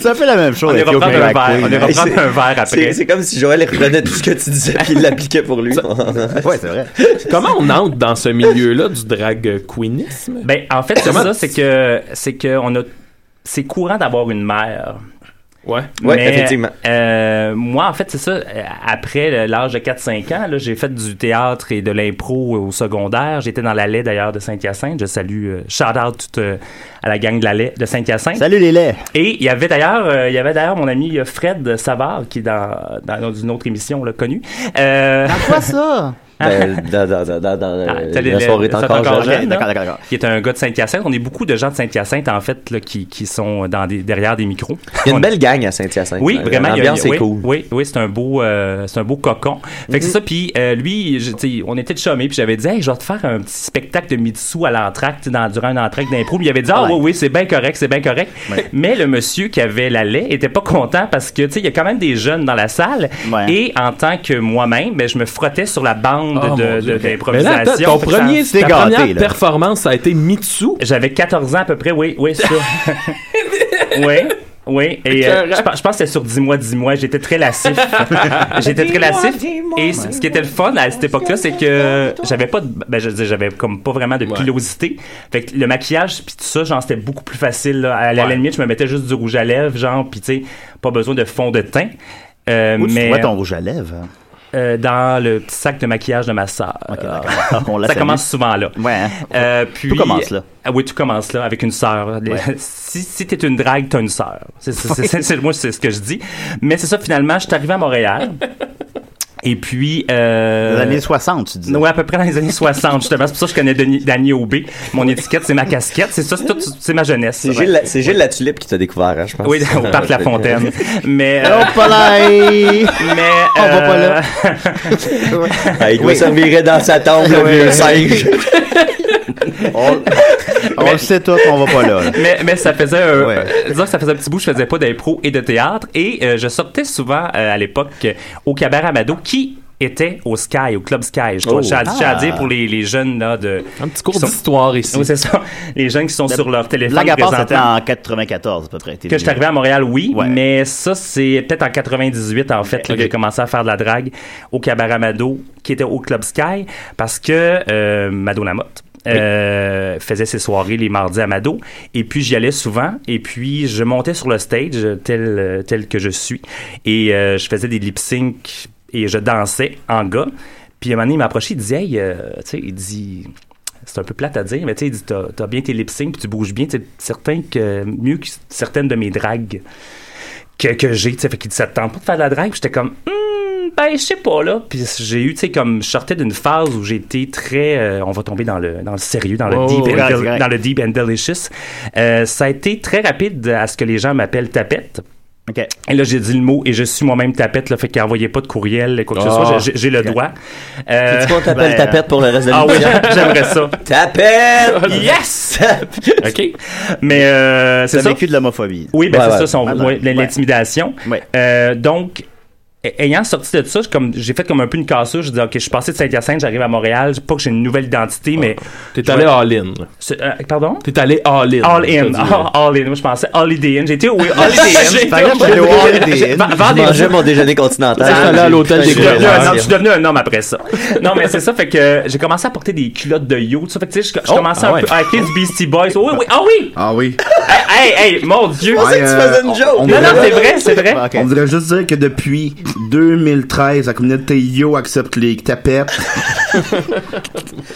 Speaker 4: C'est un peu la même
Speaker 6: On
Speaker 4: chose. avec
Speaker 6: ira
Speaker 4: Yo
Speaker 6: prendre
Speaker 4: Drag
Speaker 6: un verre,
Speaker 4: Queen.
Speaker 6: on ira
Speaker 4: Et
Speaker 6: prendre
Speaker 4: c'est-
Speaker 6: un verre après.
Speaker 5: C'est c'est comme si Joël reprenait tout ce que tu disais puis il l'appliquait pour lui.
Speaker 4: ouais, c'est vrai.
Speaker 7: Comment on entre dans ce milieu-là du drag queenisme?
Speaker 6: Ben, en fait, c'est
Speaker 7: Comment-
Speaker 6: ça, c'est que c'est que on a c'est courant d'avoir une mère.
Speaker 7: Ouais.
Speaker 5: Ouais, effectivement.
Speaker 6: euh, moi, en fait, c'est ça. euh, Après le- l'âge de 4-5 ans, là, j'ai fait du théâtre et de l'impro au secondaire. J'étais dans l'allée d'ailleurs de Saint-Hyacinthe. Je salue, euh, shout out toute, euh, à la gang de l'allée de Saint-Hyacinthe.
Speaker 4: Salut les laits.
Speaker 6: Et il y avait d'ailleurs, euh, il y avait d'ailleurs mon ami euh, Fred Savard qui est dans, dans, dans une autre émission là, connue. Euh,
Speaker 4: Quoi ça?
Speaker 5: Ben, dans, dans, dans, dans, dans-
Speaker 6: Ah, t'as les-
Speaker 5: la soirée est
Speaker 6: ça
Speaker 5: encore,
Speaker 6: t'encore
Speaker 5: jeune.
Speaker 6: jeune,
Speaker 5: D'accord,
Speaker 6: hein?
Speaker 5: d'accord, d'accord.
Speaker 6: Qui est un gars de Saint-Hyacinthe. On est beaucoup de gens de Saint-Hyacinthe, en fait, là, qui, qui sont dans des, derrière des micros.
Speaker 5: Il y a une belle gang à Saint-Hyacinthe.
Speaker 6: Oui,
Speaker 5: Euh,
Speaker 6: vraiment. il y a-
Speaker 5: L'ambiance
Speaker 6: oui,
Speaker 5: est cool.
Speaker 6: Oui, oui, c'est un beau, euh, c'est un beau cocon. Fait
Speaker 7: Mm-hmm.
Speaker 6: que c'est ça. Puis euh, lui, je- tu sais, on était de chômé, puis j'avais dit, hey, je vais te faire un petit spectacle de midi-sous à l'entracte, tu sais, dans durant un entracte d'impro. Puis il avait dit, ah
Speaker 5: Ouais.
Speaker 6: oui, oui, c'est bien correct, c'est bien correct. Mais le monsieur qui avait la lait était pas content parce que, tu sais, il y a quand même des jeunes dans la salle.
Speaker 4: Ouais.
Speaker 6: Et en tant que moi-même, ben, je me frottais sur la bande
Speaker 7: Oh, mon
Speaker 6: de
Speaker 7: Dieu,
Speaker 6: de-
Speaker 7: ok. Mais
Speaker 6: d'improvisation.
Speaker 7: là, attends, ton
Speaker 6: Fait que ça-
Speaker 7: premier, ta première performance, ça a été Mitsu.
Speaker 6: j'avais 14 ans à peu près, oui, oui, c'est ça. oui. Oui, et euh, je, pense- je pense que c'était sur 10 mois, 10 mois. J'étais très lassif. J'étais très lassif. Et c- ce qui était le fun à cette époque-là, c'est que j'avais pas de, ben, je veux dire, j'avais comme pas vraiment de pilosité. Fait que le maquillage, puis tout ça, genre, c'était beaucoup plus facile. là. À la limite, je me mettais juste du rouge à lèvres, genre, puis tu sais, pas besoin de fond de teint. Euh,
Speaker 4: Où tu
Speaker 6: mais
Speaker 4: trouvais ton rouge à lèvres?
Speaker 6: euh, dans le petit sac de maquillage de ma sœur. Euh,
Speaker 4: Donc, on la
Speaker 6: ça
Speaker 4: salue.
Speaker 6: commence souvent là.
Speaker 4: Ouais. hein.
Speaker 6: Euh, puis,
Speaker 4: Tout commence là.
Speaker 6: Ah oui, tout commence là avec une sœur. Les- si si t'es une drague, t'as une sœur. C'est, c'est- c'est- c'est- c'est- moi, c'est ce que je dis. Mais c'est ça, finalement, je suis arrivé à Montréal. Et puis. Euh,
Speaker 4: Les années 60, tu disais.
Speaker 6: Oui, à peu près dans les années 60, justement. C'est pour ça que je connais Denis, Danny Aubé. Mon étiquette, c'est ma casquette. C'est ça, c'est, tout- c'est ma jeunesse.
Speaker 5: C'est Gilles, la, c'est Gilles la Tulipe qui t'a découvert, hein, je pense.
Speaker 6: Oui, au parc La Fontaine. Mais. euh,
Speaker 4: Hop là! hey!
Speaker 6: mais.
Speaker 4: On va pas
Speaker 6: euh,
Speaker 4: là.
Speaker 5: Ah, il doit servirait dans sa tombe, le vieux singe.
Speaker 4: On, on le sait tout, on va pas là. là.
Speaker 6: mais, mais ça faisait un,
Speaker 4: Ouais.
Speaker 6: euh, disons que ça faisait un petit bout je faisais pas d'impro et de théâtre et euh, je sortais souvent euh, à l'époque euh, au cabaret Amado qui était au Sky, au Club Sky. Je dois
Speaker 5: Oh.
Speaker 6: j'ai à- j'ai à
Speaker 4: Ah.
Speaker 6: dire pour les, les jeunes là de...
Speaker 7: Un petit cours
Speaker 6: Ils sont-
Speaker 7: d'histoire ici.
Speaker 6: Oui, c'est ça. Les jeunes qui sont sur leur téléphone
Speaker 4: Blague à part, c'était
Speaker 6: présentement.
Speaker 4: en 94, à peu près.
Speaker 6: Que je suis arrivé à Montréal, oui,
Speaker 4: Ouais.
Speaker 6: mais ça, c'est peut-être en 98, en fait, là, que j'ai commencé à faire de la drague au Cabaret Mado, qui était au Club Sky, parce que euh, Mado Lamotte. euh, faisait ses soirées les mardis à Mado et puis j'y allais souvent et puis je montais sur le stage euh, tel, euh, tel que je suis et euh, je faisais des lip sync et je dansais en gars puis à un moment donné il m'approchait il disait hey, euh, tu sais il dit c'est un peu plate à dire, mais tu sais, il dit, t'as, t'as bien tes lip sync, puis tu bouges bien, c'est certain que mieux que certaines de mes dragues que, que j'ai, tu sais, fait qu'il dit, ça te tente pas de faire de la drague, Puis j'étais comme, Hmm, ben, je sais pas, là. Puis j'ai eu, tu sais, comme, je sortais d'une phase où j'étais très, euh, on va tomber dans le, dans le sérieux, dans le,
Speaker 4: Oh,
Speaker 6: deep, and
Speaker 4: correct,
Speaker 6: del-
Speaker 4: correct.
Speaker 6: dans le deep and delicious. Euh, ça a été très rapide à ce que les gens m'appellent tapette.
Speaker 4: OK.
Speaker 6: Et là, j'ai dit le mot et je suis moi-même tapette, là, fait qu'il envoyait pas de courriel, quoi que ce
Speaker 5: Oh.
Speaker 6: soit, j'ai, j'ai le doigt. Euh,
Speaker 5: Tu qu'on t'appelle
Speaker 4: ben,
Speaker 5: tapette pour le reste de
Speaker 6: ah oui,
Speaker 5: l'émission?
Speaker 6: j'aimerais ça.
Speaker 5: Tapette!
Speaker 6: Yes! OK. Mais euh, c'est
Speaker 4: T'as
Speaker 6: ça.
Speaker 4: vécu de l'homophobie.
Speaker 6: Oui, ben
Speaker 5: Ouais,
Speaker 6: c'est
Speaker 5: ouais.
Speaker 6: ça, son,
Speaker 4: Ouais,
Speaker 6: ouais,
Speaker 4: ouais.
Speaker 6: l'intimidation.
Speaker 4: Ouais.
Speaker 6: Euh, donc, a- ayant sorti de ça, je- comme- j'ai fait comme un peu une cassure. Je dis, OK, je suis passé de Saint-Hyacinthe, j'arrive à Montréal. Pas que j'ai une nouvelle identité, mais.
Speaker 7: T'es allé all-in. là.
Speaker 6: C'est- euh, pardon?
Speaker 7: T'es allé all-in.
Speaker 6: All
Speaker 7: je te
Speaker 6: in.
Speaker 7: dis.
Speaker 6: Ah, all in. Moi, je pensais all in. J'étais, oui, all in.
Speaker 4: Fait que j'étais au Holiday Inn.
Speaker 5: Je mangeais mon déjeuner continental.
Speaker 7: Je suis allé à l'hôtel
Speaker 6: Je
Speaker 7: des
Speaker 6: suis devenu
Speaker 7: Grands.
Speaker 6: un homme- je suis devenu un homme après ça. Non, mais c'est ça, fait que j'ai commencé à porter des culottes de yo. tout ça. Fait que tu sais, je, je commençais
Speaker 7: ah
Speaker 6: un
Speaker 7: ouais.
Speaker 6: peu à être du Beastie Boys. Oui, oui, ah oui!
Speaker 3: Ah oui.
Speaker 6: Hey, hey, hey, mon Dieu!
Speaker 3: Ouais, euh,
Speaker 5: faisais une joke.
Speaker 3: on- on
Speaker 6: Non, non,
Speaker 3: dirait-
Speaker 6: c'est vrai, c'est vrai.
Speaker 4: Ok.
Speaker 3: On voudrait juste dire que depuis 2013, la communauté Yo accepte les tapettes.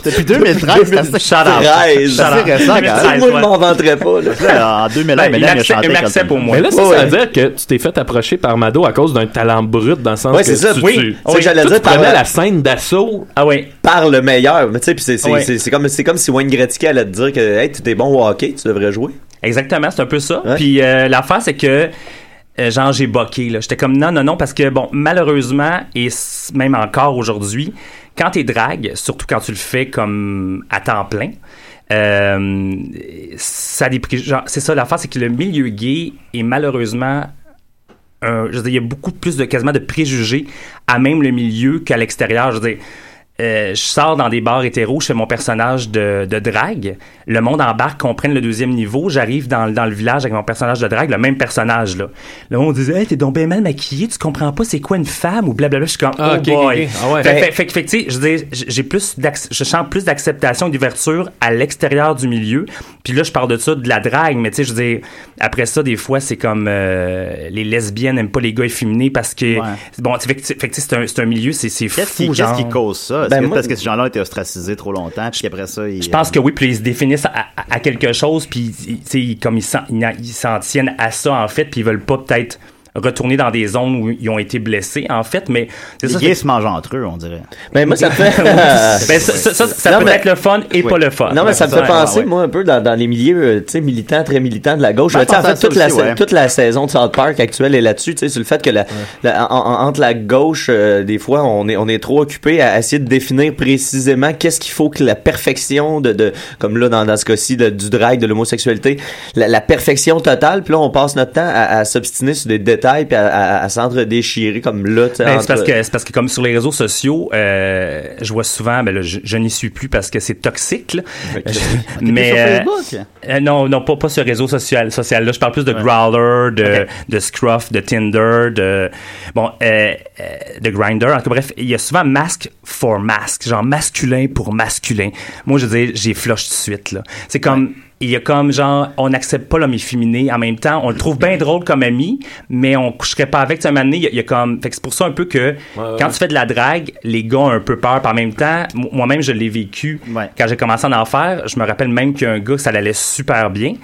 Speaker 4: Depuis 2013, c'est assez
Speaker 6: Shut
Speaker 3: Ben,
Speaker 6: up.
Speaker 5: Thérèse.
Speaker 6: Shut up.
Speaker 4: C'est
Speaker 5: Tout le
Speaker 4: récent, gars.
Speaker 6: 2013,
Speaker 5: monde
Speaker 6: ouais.
Speaker 5: m'en vanterait pas, là.
Speaker 4: En 2001,
Speaker 6: Ben, il
Speaker 4: Mélanie a
Speaker 6: accepte-
Speaker 4: chanté.
Speaker 6: il
Speaker 4: comme
Speaker 6: m'accepte
Speaker 4: ça.
Speaker 6: au moins.
Speaker 7: Mais là, ça,
Speaker 5: Ouais.
Speaker 7: ça veut dire que tu t'es fait approcher par Mado à cause d'un talent brut dans le sens
Speaker 5: Ouais,
Speaker 7: que
Speaker 5: c'est ça,
Speaker 7: tu,
Speaker 5: Oh, oui.
Speaker 7: tu,
Speaker 5: C'est ça que j'allais
Speaker 7: toi,
Speaker 5: dire
Speaker 7: tu
Speaker 5: par-
Speaker 7: prenais la scène d'assaut.
Speaker 6: Ah oui. Ah
Speaker 5: Par le meilleur. Mais tu sais, puis c'est- c'est
Speaker 6: Ouais.
Speaker 5: c'est- c'est comme, c'est comme si Wayne Gretzky allait te dire que, hey, tu t'es bon au hockey, tu devrais jouer.
Speaker 6: Exactement, c'est un peu ça.
Speaker 5: Ouais.
Speaker 6: Puis euh, l'affaire, c'est que, euh, genre, j'ai boqué. là. J'étais comme, non, non, non, parce que, bon, malheureusement, et s- même encore aujourd'hui, quand t'es drague, surtout quand tu le fais comme à temps plein, euh, ça a des pré- genre, C'est ça, l'affaire, c'est que le milieu gay est malheureusement un- Euh, je veux dire, il y a beaucoup plus de quasiment de préjugés à même le milieu qu'à l'extérieur. Je veux dire, euh, je sors dans des bars hétéros, je fais mon personnage de, de drague. Le monde embarque, qu'on prenne le deuxième niveau. J'arrive dans, le- dans le village avec mon personnage de drague, le même personnage. Là. Le monde dit Hey, t'es donc bien mal maquillé, tu comprends pas c'est quoi une femme ou blablabla. Je suis comme
Speaker 7: Ah,
Speaker 6: Oh
Speaker 7: ok,
Speaker 6: boy.
Speaker 7: ok, ok. Ah ouais.
Speaker 6: Fait-
Speaker 7: Ben-
Speaker 6: fait, fait que, fait que, tu sais, je veux dire, j- j'ai plus d'acc- je sens plus d'acceptation et d'ouverture à l'extérieur du milieu. Puis là, je parle de ça, de la drague, mais tu sais, je veux dire, après ça, des fois, c'est comme euh, les lesbiennes n'aiment pas les gars efféminés parce que.
Speaker 4: Ouais.
Speaker 6: Bon, tu sais, fait que, tu sais, fait que, tu sais, c'est un, c'est un milieu, c'est c'est fou.
Speaker 4: Qu'est-ce qui,
Speaker 6: genre.
Speaker 4: qu'est-ce qui cause ça? Est-ce
Speaker 5: Ben,
Speaker 4: que-
Speaker 5: moi-
Speaker 4: parce que ces gens-là ont été ostracisés trop longtemps, puis après ça, ils. euh,
Speaker 6: Je pense que oui, puis ils se définissent à, à- à quelque chose, puis ils- tu sais, ils- comme ils s'en, ils en- ils s'en tiennent à ça, en fait, puis ils veulent pas peut-être retourner dans des zones où ils ont été blessés, en fait, mais c'est
Speaker 4: Les
Speaker 6: ça,
Speaker 4: gays
Speaker 6: fait-
Speaker 4: se mangent entre eux, on dirait.
Speaker 5: Mais moi, ça me fait.
Speaker 6: Ben, ça, ça- ça- ça
Speaker 5: Non,
Speaker 6: peut
Speaker 5: mais-
Speaker 6: être le fun et pas le fun.
Speaker 5: Non, mais ça me
Speaker 6: Ouais.
Speaker 5: fait penser,
Speaker 4: ouais.
Speaker 5: moi, un peu dans, dans les milieux, euh, tu sais, militants, très militants de la gauche.
Speaker 4: Ben,
Speaker 5: Euh, tu sais, en
Speaker 4: pense à
Speaker 5: fait,
Speaker 4: ça
Speaker 5: toute, la,
Speaker 4: aussi,
Speaker 5: sa-
Speaker 4: ouais.
Speaker 5: toute la saison de South Park actuelle est là-dessus, tu sais, sur le fait que la, la- en- en- entre la gauche, euh, des fois, on est, on est trop occupé à essayer de définir précisément qu'est-ce qu'il faut que la perfection de, de comme là, dans, dans ce cas-ci, de- du drag, de l'homosexualité, la, la perfection totale, puis là, on passe notre temps à, à s'obstiner sur des détails, puis à, à- à s'entre-déchirer, comme là, tu sais,
Speaker 6: Ben,
Speaker 5: entre-
Speaker 6: c'est parce que c'est parce que comme sur les réseaux sociaux, euh, je vois souvent, ben là, je, je n'y suis plus parce que c'est toxique. là. mais
Speaker 4: sur
Speaker 6: euh,
Speaker 4: Facebook?
Speaker 6: euh, non, non, pas, pas ce réseau social, social là. Je parle plus de Growler, de, de Scruff, de Tinder, de bon, euh, euh, de Grinder. En tout cas, bref, il y a souvent masque for masque, genre masculin pour masculin. Moi, je dis, j'ai flush tout de suite là. C'est comme il y a comme genre, on n'accepte pas l'homme efféminé en même temps. On le trouve bien drôle comme ami, mais on coucherait pas avec. Tu sais, un moment donné, il y a- il y, a comme. Fait que c'est pour ça un peu que
Speaker 4: Euh,
Speaker 6: quand tu fais de la drague, les gars ont un peu peur. Puis en même temps, mo- moi-même, je l'ai vécu. Quand j'ai commencé à en faire, je me rappelle même qu'un gars, ça l'allait super bien.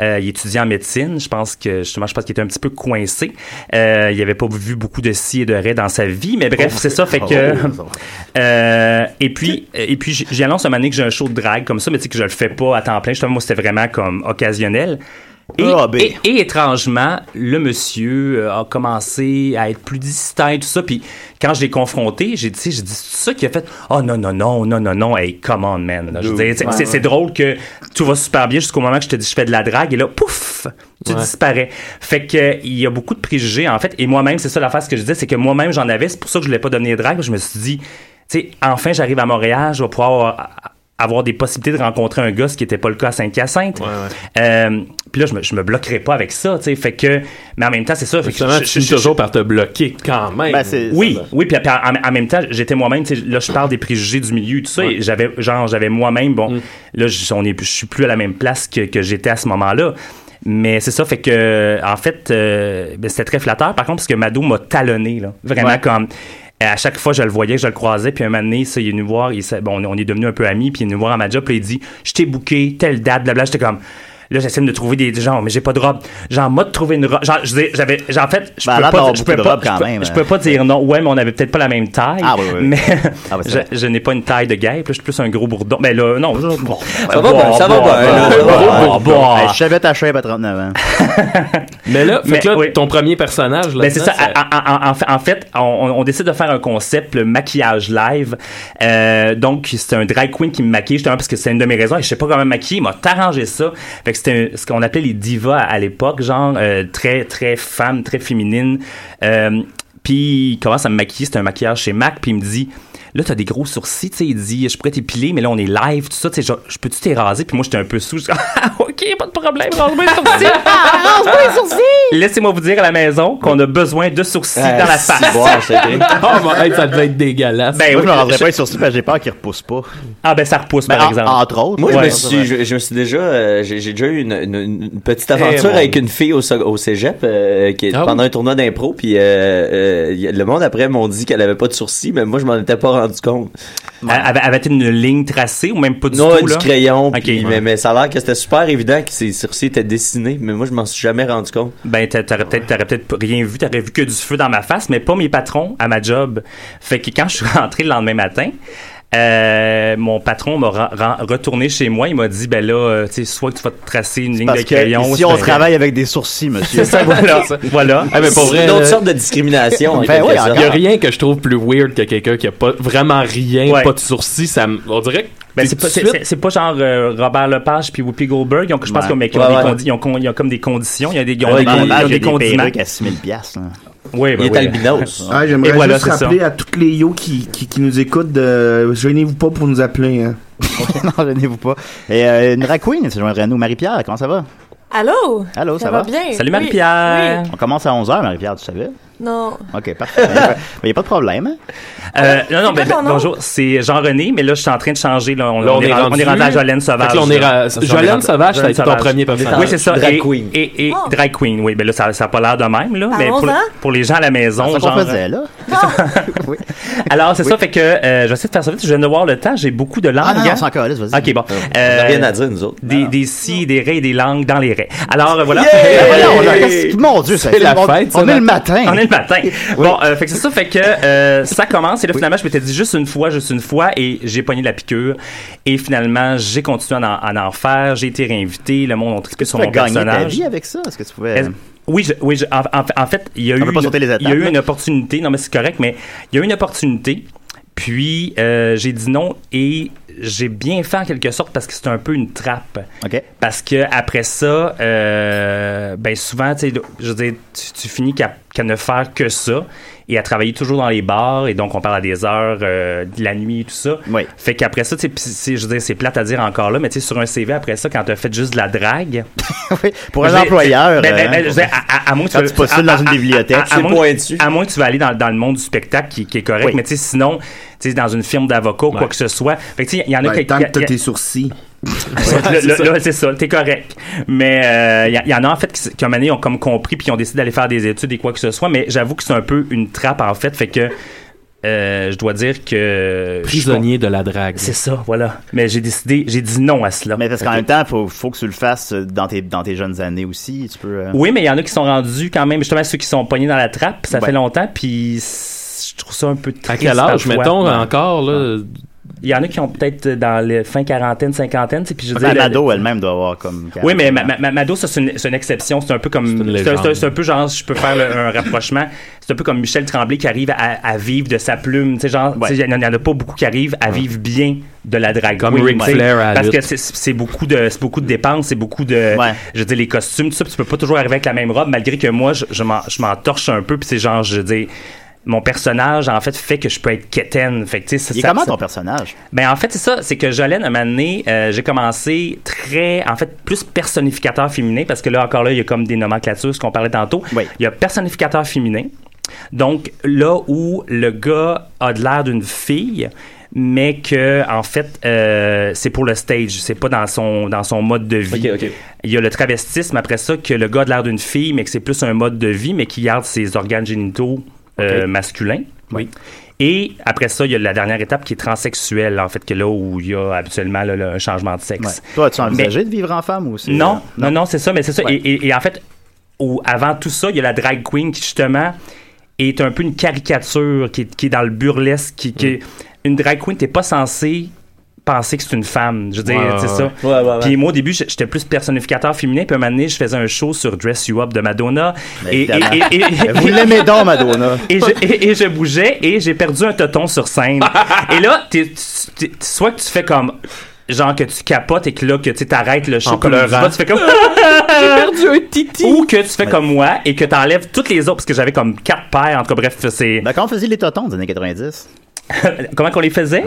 Speaker 6: Euh, il étudiait en médecine. Je pense que, justement, je pense qu'il était un petit peu coincé. Euh, il avait pas vu beaucoup de ci et de ré dans sa vie. Mais bref,
Speaker 4: Oh.
Speaker 6: c'est ça. Fait que.
Speaker 4: Oh.
Speaker 6: Euh, et puis, et puis j- j'annonce un moment donné que j'ai un show de drague comme ça, mais tu sais que je le fais pas à temps plein. Justement, moi, c'était vraiment comme occasionnel. Et,
Speaker 7: Ah, ben.
Speaker 6: et- et étrangement, le monsieur euh, a commencé à être plus distinct et tout ça. Puis quand je l'ai confronté, j'ai dit, tu sais, j'ai dit, c'est ça qui a fait « Oh non, non, non, non, non, non, hey, come on, man. » Je veux dire, c'est-
Speaker 7: Ouais,
Speaker 6: C'est
Speaker 7: ouais.
Speaker 6: c'est drôle que tout va super bien jusqu'au moment que je te dis « Je fais de la drague » et là, pouf, tu
Speaker 7: Ouais.
Speaker 6: disparais. Fait que euh, il y a beaucoup de préjugés, en fait. Et moi-même, c'est ça la phase que je disais, c'est que moi-même, j'en avais. C'est pour ça que je ne voulais pas donner de drague. Je me suis dit, tu sais, enfin, j'arrive à Montréal, je vais pouvoir avoir, avoir des possibilités de rencontrer un gars, ce qui n'était pas le cas à Saint-Hyacinthe. Euh, Puis là, je me, je me bloquerai pas avec ça, tu sais. Fait que, mais en même temps, c'est ça. Fait que
Speaker 7: Justement,
Speaker 6: je-
Speaker 7: tu
Speaker 6: je-
Speaker 7: finis
Speaker 6: je-
Speaker 7: toujours par te bloquer quand même.
Speaker 6: oui, oui, puis puis en, en même temps, j'étais moi-même, tu sais, là je parle des préjugés du milieu, tout ça, et j'avais genre j'avais moi-même bon, là je on est je suis plus à la même place que, que j'étais à ce moment-là. Mais c'est ça fait que en fait euh, ben, c'était très flatteur par contre parce que Mado m'a talonné là, vraiment
Speaker 4: Ouais.
Speaker 6: comme à chaque fois, je le voyais, je le croisais, puis un moment donné, ça, il est venu voir, il, s'est- bon, on- on est devenu un peu amis, puis il est venu voir à ma job, puis il dit Je t'ai booké, telle date, blabla. J'étais comme Là, j'essaie de me trouver des des gens, mais j'ai pas de robe. Genre, mode de trouver une robe. Genre, je veux dire, j'avais. genre, En fait, je
Speaker 4: Ben,
Speaker 6: peux
Speaker 4: là,
Speaker 6: pas.
Speaker 4: t'as
Speaker 6: Je
Speaker 4: beaucoup
Speaker 6: peux
Speaker 4: de
Speaker 6: pas.
Speaker 4: robes
Speaker 6: je
Speaker 4: quand
Speaker 6: peux-
Speaker 4: même, hein.
Speaker 6: je peux pas dire non. Ouais, mais on avait peut-être pas la même taille.
Speaker 4: Ah, oui, oui, oui.
Speaker 6: Mais
Speaker 4: Ah, oui, c'est
Speaker 6: je,
Speaker 4: vrai.
Speaker 6: je n'ai pas une taille de guêpe. Là, je suis plus un gros bourdon. Mais là, non. Ça
Speaker 4: Ça va bien, ça va bien.
Speaker 6: Bon, bon.
Speaker 4: Je savais ta shape à 39 ans.
Speaker 7: Mais là, fait
Speaker 6: Mais-
Speaker 7: que là, ton premier personnage, là.
Speaker 6: Ben, c'est ça. En, en- en fait- en fait, on, on- on décide de faire un concept, le maquillage live. Euh, donc, c'est un drag queen qui me maquille, justement, parce que c'est une de mes raisons. Et je sais pas comment me maquiller. Il m'a arrangé ça. Fait que c'était un- ce qu'on appelait les divas à, à l'époque, genre, euh, très, très femme, très féminine. Euh, puis, il commence à me maquiller. C'est un maquillage chez Mac. Puis, il me dit. Là, t'as des gros sourcils, tu sais, il dit, je pourrais t'épiler, mais là, on est live, tout ça, tu sais, genre, je peux-tu t'éraser? Puis moi, j'étais un peu sous, je dis, Ah, OK, pas de problème, range-moi les sourcils. range-moi les sourcils! Laissez-moi vous dire à la maison qu'on a besoin de sourcils
Speaker 5: Ah,
Speaker 6: dans la
Speaker 5: si,
Speaker 6: face.
Speaker 5: bon, c'est vrai.
Speaker 7: Ah, ben, hey, ça devait être dégueulasse.
Speaker 6: Ben
Speaker 4: Moi,
Speaker 6: oui,
Speaker 4: je me rendrais
Speaker 6: je-
Speaker 4: pas les sourcils parce que j'ai peur qu'ils repoussent pas.
Speaker 6: Ah, ben ça repousse,
Speaker 4: Ben,
Speaker 6: par
Speaker 4: en-
Speaker 6: exemple.
Speaker 4: entre autres.
Speaker 5: Moi, je,
Speaker 6: Ouais,
Speaker 5: me
Speaker 6: ça,
Speaker 5: suis, je, je me suis déjà, euh, j'ai j'ai déjà eu une, une- une petite
Speaker 7: Eh,
Speaker 5: aventure
Speaker 7: mon-
Speaker 5: avec une fille au, so- au cégep euh, qui,
Speaker 7: Ah oui?
Speaker 5: pendant un tournoi d'impro, puis euh, euh, y a- le monde après m'ont dit qu'elle avait pas de sourcils, mais moi, je m'en étais pas rendu compte.
Speaker 6: Avait- Avait-elle une ligne tracée ou même pas du
Speaker 5: non,
Speaker 6: tout,
Speaker 5: du
Speaker 6: là?
Speaker 5: crayon,
Speaker 6: Ok.
Speaker 5: puis- mais, mais ça a l'air que c'était super évident que ses sourcils étaient dessinés, mais moi, je m'en suis jamais rendu compte.
Speaker 6: Ben, t'a- t'aurais peut-être t'aurais peut-être rien vu, t'aurais vu que du feu dans ma face, mais pas mes patrons à ma job. Fait que quand je suis rentré le lendemain matin, euh, mon patron m'a ren- ren- retourné chez moi, il m'a dit, ben là, euh, tu sais, soit que tu vas te tracer une ligne
Speaker 4: Parce
Speaker 6: de crayon.
Speaker 4: que si on
Speaker 6: soit-
Speaker 4: travaille avec des sourcils, monsieur.
Speaker 6: C'est ça, voilà. Eh ben, voilà.
Speaker 7: Ah, mais pour vrai,
Speaker 5: C'est une
Speaker 6: euh,
Speaker 5: autre
Speaker 7: là,
Speaker 5: sorte de discrimination. en
Speaker 4: Ben
Speaker 5: quelque
Speaker 4: oui,
Speaker 5: sorte.
Speaker 7: Il y a rien que je trouve plus weird que quelqu'un qui a pas vraiment rien,
Speaker 6: Ouais.
Speaker 7: pas de sourcils. Ça, me- on dirait que
Speaker 6: Ben,
Speaker 7: t'es
Speaker 6: c'est
Speaker 7: tout
Speaker 6: pas,
Speaker 7: de
Speaker 6: c'est-
Speaker 7: suite-
Speaker 6: c'est- c'est pas genre euh, Robert Lepage puis Whoopi Goldberg. Ils ont- je pense
Speaker 4: Ouais.
Speaker 6: qu'ils ont, ils ont
Speaker 5: Ouais,
Speaker 6: des
Speaker 5: ouais.
Speaker 6: condi- ils ont con- ils ont comme des conditions. Il y a des, ils ont
Speaker 5: Ouais,
Speaker 6: des,
Speaker 5: il y a
Speaker 6: con-
Speaker 5: des
Speaker 6: ils ont
Speaker 4: Dommage, il y
Speaker 6: des
Speaker 4: a des
Speaker 6: condiments.
Speaker 4: perruques à 6000 piastres. là.
Speaker 6: Oui, ben
Speaker 5: Il est
Speaker 6: oui.
Speaker 5: albinos.
Speaker 3: Ah, J'aimerais
Speaker 6: Et voilà,
Speaker 3: juste
Speaker 6: c'est ça.
Speaker 3: rappeler à tous les yo qui, qui, qui nous écoutent de gênez-vous pas pour nous appeler. Hein.
Speaker 4: non, gênez-vous pas. Et euh, une drag queen, se joindrait à nous. Marie-Pierre, comment ça va?
Speaker 9: Allô?
Speaker 4: Allô, ça,
Speaker 9: va bien?
Speaker 6: Salut
Speaker 9: Oui,
Speaker 6: Marie-Pierre.
Speaker 9: oui.
Speaker 4: On commence à 11h, Marie-Pierre, tu savais?
Speaker 9: Non.
Speaker 4: OK, parfait. Il n'y a pas de problème. hein?
Speaker 6: Euh, non, non, ben,
Speaker 9: quoi ton
Speaker 6: ben,
Speaker 9: nom?
Speaker 6: bonjour. C'est Jean-René, mais là, je suis en train de changer. Là, on,
Speaker 7: Là,
Speaker 6: on est, rendu- on est rendu à Jolène Sauvage.
Speaker 7: Fait que là, on est
Speaker 6: là.
Speaker 7: ra- Jolene
Speaker 6: rendu-
Speaker 7: Sauvage, ça a été ton
Speaker 6: Sauvage.
Speaker 7: premier personnage.
Speaker 6: Oui, c'est ça.
Speaker 5: Drag
Speaker 6: et,
Speaker 5: queen.
Speaker 6: Et, et
Speaker 9: Oh.
Speaker 6: drag queen, oui. Ben là, ça n'a pas l'air de même, là.
Speaker 9: À
Speaker 6: mais
Speaker 9: 11
Speaker 6: pour,
Speaker 9: ans?
Speaker 6: pour les gens à la maison,
Speaker 4: C'est ça qu'on
Speaker 6: genre. euh,
Speaker 4: faisait, là. oui.
Speaker 6: Alors, c'est ça, fait que euh, j'essaie de faire ça vite. Je viens de voir le temps. J'ai beaucoup de langues.
Speaker 4: Ah non,
Speaker 6: hein.
Speaker 4: non, c'est encore là, vas-y.
Speaker 6: OK, bon.
Speaker 5: On
Speaker 6: Euh,
Speaker 5: n'a rien à dire, nous autres.
Speaker 6: des, des si, des raies, des langues dans les raies. Alors, euh, voilà.
Speaker 4: Eh, voyons, là, qu'est-ce que- Mon Dieu, ça
Speaker 7: C'est la
Speaker 4: on-
Speaker 7: fête, ce
Speaker 4: On est le
Speaker 7: matin.
Speaker 4: matin.
Speaker 6: On est le matin. Bon, euh, fait que c'est ça, fait que euh, ça commence et là finalement je m'étais dit juste une fois, juste une fois et j'ai pogné la piqûre et finalement j'ai continué à en, à en faire, j'ai été réinvité, le monde a trippé sur
Speaker 4: Tu as
Speaker 6: mon
Speaker 4: gagné ta
Speaker 6: personnage.
Speaker 4: vie avec ça? Est-ce que tu pouvais...
Speaker 6: Est-ce- Oui, je- oui je- en, en- en fait, il y a, eu
Speaker 4: peut pas
Speaker 6: une,
Speaker 4: sauter les étapes,
Speaker 6: il y a eu
Speaker 4: là.
Speaker 6: une opportunité. Non, mais c'est correct, mais il y a eu une opportunité. Puis euh, j'ai dit non et j'ai bien fait en quelque sorte parce que c'est un peu une trappe.
Speaker 4: OK.
Speaker 6: Parce que après ça, euh, ben souvent, tu sais, je veux dire, tu, tu finis qu'à qu'à ne faire que ça et à travailler toujours dans les bars et donc on parle à des heures euh, de la nuit et tout ça.
Speaker 4: Oui.
Speaker 6: Fait qu'après ça, tu sais, puis c'est- je veux dire, c'est plate à dire encore là, mais tu sais, sur un CV après ça, quand t'as fait juste de la drague,
Speaker 4: Oui, Pour
Speaker 6: je
Speaker 4: un
Speaker 6: veux dire,
Speaker 4: employeur...
Speaker 6: ben, ben,
Speaker 4: hein,
Speaker 6: ben, je
Speaker 4: pour-
Speaker 6: veux dire, à, à- à moins que
Speaker 4: Quand tu postules dans
Speaker 6: à-
Speaker 4: une
Speaker 6: à-
Speaker 4: bibliothèque,
Speaker 6: à- à- à
Speaker 5: c'est
Speaker 6: moins-
Speaker 5: pointu.
Speaker 6: À moins que tu vas aller dans, dans le monde du spectacle qui, qui est correct,
Speaker 4: Oui.
Speaker 6: mais tu sais, sinon, tu sais, dans une firme d'avocat ou quoi que ce soit. Fait que tu sais, il y en a
Speaker 3: Ben,
Speaker 6: qui-
Speaker 3: tant que t'as
Speaker 6: qui-
Speaker 3: tes sourcils.
Speaker 6: Là, là, là, c'est ça, t'es correct. Mais euh, il y, en a en fait qui, s- qui, à un moment donné, ont comme compris puis ont décidé d'aller faire des études et quoi que ce soit. Mais j'avoue que c'est un peu une trappe en fait, fait que euh, je dois dire que je suis
Speaker 7: Prisonnier de la drague.
Speaker 6: C'est ça, voilà. Mais j'ai décidé, j'ai dit non à cela.
Speaker 4: Mais parce qu'en même temps, faut, faut que tu le fasses euh, dans tes, dans tes jeunes années aussi. Tu
Speaker 7: Hein?
Speaker 4: peux. euh,
Speaker 6: Oui, mais il y en a qui sont rendus quand même, justement ceux qui sont pognés dans la trappe, ça
Speaker 4: Ouais.
Speaker 6: fait longtemps, puis c- je trouve ça un peu triste.
Speaker 7: À quel âge,
Speaker 6: parfois.
Speaker 7: mettons, encore, là?
Speaker 6: Il y en a qui ont peut-être euh, dans les fin quarantaine, cinquantaine, tu sais, puis je veux
Speaker 4: La
Speaker 6: dire, le-
Speaker 4: Mado elle-même doit avoir comme.
Speaker 6: Oui, mais ma, ma- ma- Mado, ça, c'est une, c'est une exception. C'est un peu comme.
Speaker 4: une
Speaker 6: C'est un- c'est un,
Speaker 4: légende.
Speaker 6: c'est un peu genre, si je peux faire le- un rapprochement, c'est un peu comme Michel Tremblay qui arrive à, à vivre de sa plume. Tu sais, genre, tu sais, il n'y en, il y en a pas beaucoup qui arrivent à vivre bien de la drague.
Speaker 7: Comme
Speaker 6: queen,
Speaker 7: Ric
Speaker 6: tu sais,
Speaker 7: Flair à la
Speaker 6: Parce
Speaker 7: lutte.
Speaker 6: que c'est- c'est beaucoup, de- c'est beaucoup de dépenses, c'est beaucoup de. Je veux dire, les costumes, tout ça, puis tu peux pas toujours arriver avec la même robe, malgré que moi, je, je m'en je m'en torche un peu, puis c'est genre, je veux dire. Mon personnage, en fait, fait que je peux être quétaine. Fait que, tu sais, ça-
Speaker 4: Il est
Speaker 6: ça-
Speaker 4: comment
Speaker 6: ça-
Speaker 4: ton personnage?
Speaker 6: ben en fait c'est ça, c'est que Jolene à un moment donné, euh, j'ai commencé très en fait plus personnificateur féminin parce que là encore là il y a comme des nomenclatures ce qu'on parlait tantôt. Il y a personnificateur féminin. Donc là où le gars a de l'air d'une fille mais que en fait euh, c'est pour le stage, c'est pas dans son dans son mode de vie. Il y a le travestisme après ça que le gars a de l'air d'une fille mais que c'est plus un mode de vie mais qui garde ses organes génitaux euh,
Speaker 7: Ok.
Speaker 6: masculins. Oui. Et après ça, il y a la dernière étape qui est transsexuelle, en fait, que là où il y a habituellement là, là, un changement de
Speaker 4: Ouais.
Speaker 6: sexe.
Speaker 4: Toi, as-tu envisagé
Speaker 6: Mais-
Speaker 4: de vivre en femme euh, ou c'est-
Speaker 6: non, non, non, c'est ça, mais c'est ça. Et, et- et en fait, au- avant tout ça, il y a la drag queen qui, justement, est un peu une caricature, qui, est- qui est dans le burlesque. Qui, qui est- Une drag queen, t'es pas censé penser que c'est une femme. Je veux dire,
Speaker 5: Ouais,
Speaker 6: c'est
Speaker 5: ouais,
Speaker 6: ça.
Speaker 5: ouais. Ouais, ouais, ouais.
Speaker 6: Puis moi, au début, j- j'étais plus personnificateur féminin. Puis un moment donné, je faisais un show sur Dress You Up de Madonna. Et, et-
Speaker 4: Évidemment.
Speaker 6: et- et-
Speaker 4: Vous l'aimez donc, Madonna.
Speaker 6: et je, et, et je bougeais et j'ai perdu un tonton sur scène. et là, t'es- t'es- soit que tu fais comme genre que tu capotes et que là que tu sais, t'arrêtes le show
Speaker 7: En
Speaker 6: comme tu
Speaker 7: pleurant.
Speaker 6: vas, tu fais comme
Speaker 7: perdu un titi.
Speaker 6: ou que tu fais comme moi et que t'enlèves toutes les autres parce que j'avais comme quatre paires en tout cas bref c'est
Speaker 4: Ben, quand on faisait les totons des années 90.
Speaker 6: comment qu'on les faisait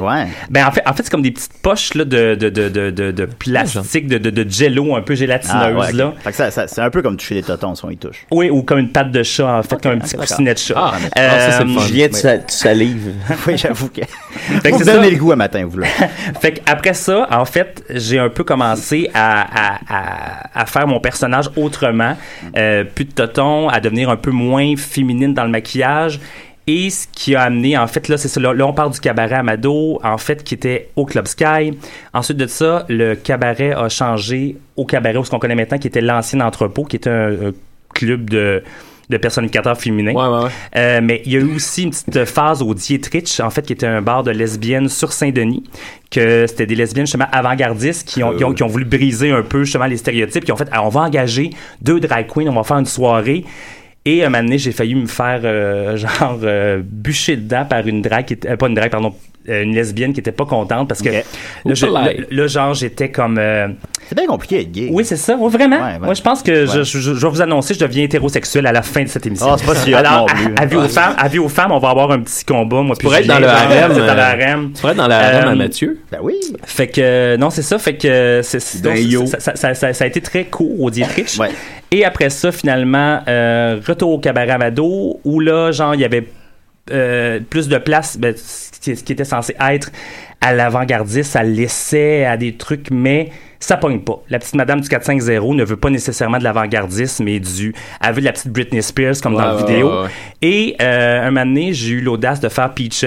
Speaker 6: ben en fait en fait c'est comme des petites poches là, de, de, de, de, de- de plastique de, de, de jello un peu gélatineuse
Speaker 4: Ah, ouais, ok.
Speaker 6: là
Speaker 4: Fait que ça- ça- c'est un peu comme toucher les totons si on y touche.
Speaker 6: oui ou comme une patte de chat en fait comme un petit
Speaker 4: d'accord.
Speaker 6: coussinet de chat
Speaker 4: Ah, ah, ça, c'est le fun. Je viens de sa-
Speaker 6: tu salives
Speaker 4: oui j'avoue que
Speaker 6: Fait que
Speaker 4: vous
Speaker 6: c'est
Speaker 4: donnez
Speaker 6: ça.
Speaker 4: le goût à matin, vous là.
Speaker 6: fait qu'après ça, en fait, j'ai un peu commencé à, à- à- à faire mon personnage autrement. Euh, plus de toton, à devenir un peu moins féminine dans le maquillage. Et ce qui a amené, en fait, là, c'est ça. Là, là, on parle du cabaret Amado, en fait, qui était au Club Sky. Ensuite de ça, le cabaret a changé au cabaret, où ce qu'on connaît maintenant, qui était l'ancien entrepôt, qui était un, un club de de personnificateurs féminins. Euh, mais il y a eu aussi une petite phase au Dietrich, en fait, qui était un bar de lesbiennes sur Saint-Denis, que c'était des lesbiennes justement avant-gardistes qui ont, qui, ont, qui ont voulu briser un peu justement les stéréotypes, qui ont fait, Ah, on va engager deux drag queens, on va faire une soirée. Et un moment donné, j'ai failli me faire euh, genre euh, bûcher dedans par une drague, qui était- euh, pas une drague, pardon, euh, une lesbienne qui était pas contente parce que là, je-
Speaker 5: Oupalaï.
Speaker 6: là- là, genre, j'étais comme... euh,
Speaker 4: C'est bien compliqué d'être gay.
Speaker 6: Oui, c'est ça, Ouais, vraiment.
Speaker 4: Ouais, ouais.
Speaker 6: Moi, je pense que
Speaker 4: Ouais.
Speaker 6: je, je- je- je vais vous annoncer, je deviens hétérosexuel à la fin de cette émission.
Speaker 4: Ah, c'est pas si hot non
Speaker 6: Alors, à-
Speaker 4: plus.
Speaker 6: à, vie
Speaker 4: Ouais.
Speaker 6: aux femmes, à vie aux femmes, on va avoir un petit combat. Moi,
Speaker 7: hein. Tu pourrais être dans le harem, euh, tu pourrais être dans le
Speaker 6: Euh,
Speaker 7: harem à Mathieu.
Speaker 4: Ben oui.
Speaker 6: Fait que euh, non, c'est ça. Fait que euh, c'est- c'est-
Speaker 7: Dans
Speaker 6: donc,
Speaker 7: Ben, Yo.
Speaker 6: ça, ça- ça- ça- ça a été très court au Dietrich. Et après ça, finalement, euh, retour au cabaret Amado, où là, genre, il y avait euh, plus de place, ben, ce qui- ce qui était censé être à l'avant-gardiste, à l'essai, à des trucs, mais ça pogne pas. La petite madame du 450 ne veut pas nécessairement de l'avant-gardisme, mais du... Elle veut de la petite Britney Spears, comme dans
Speaker 7: Ouais,
Speaker 6: la
Speaker 7: ouais,
Speaker 6: vidéo.
Speaker 7: ouais, ouais.
Speaker 6: Et euh, un moment donné, j'ai eu l'audace de faire Peaches,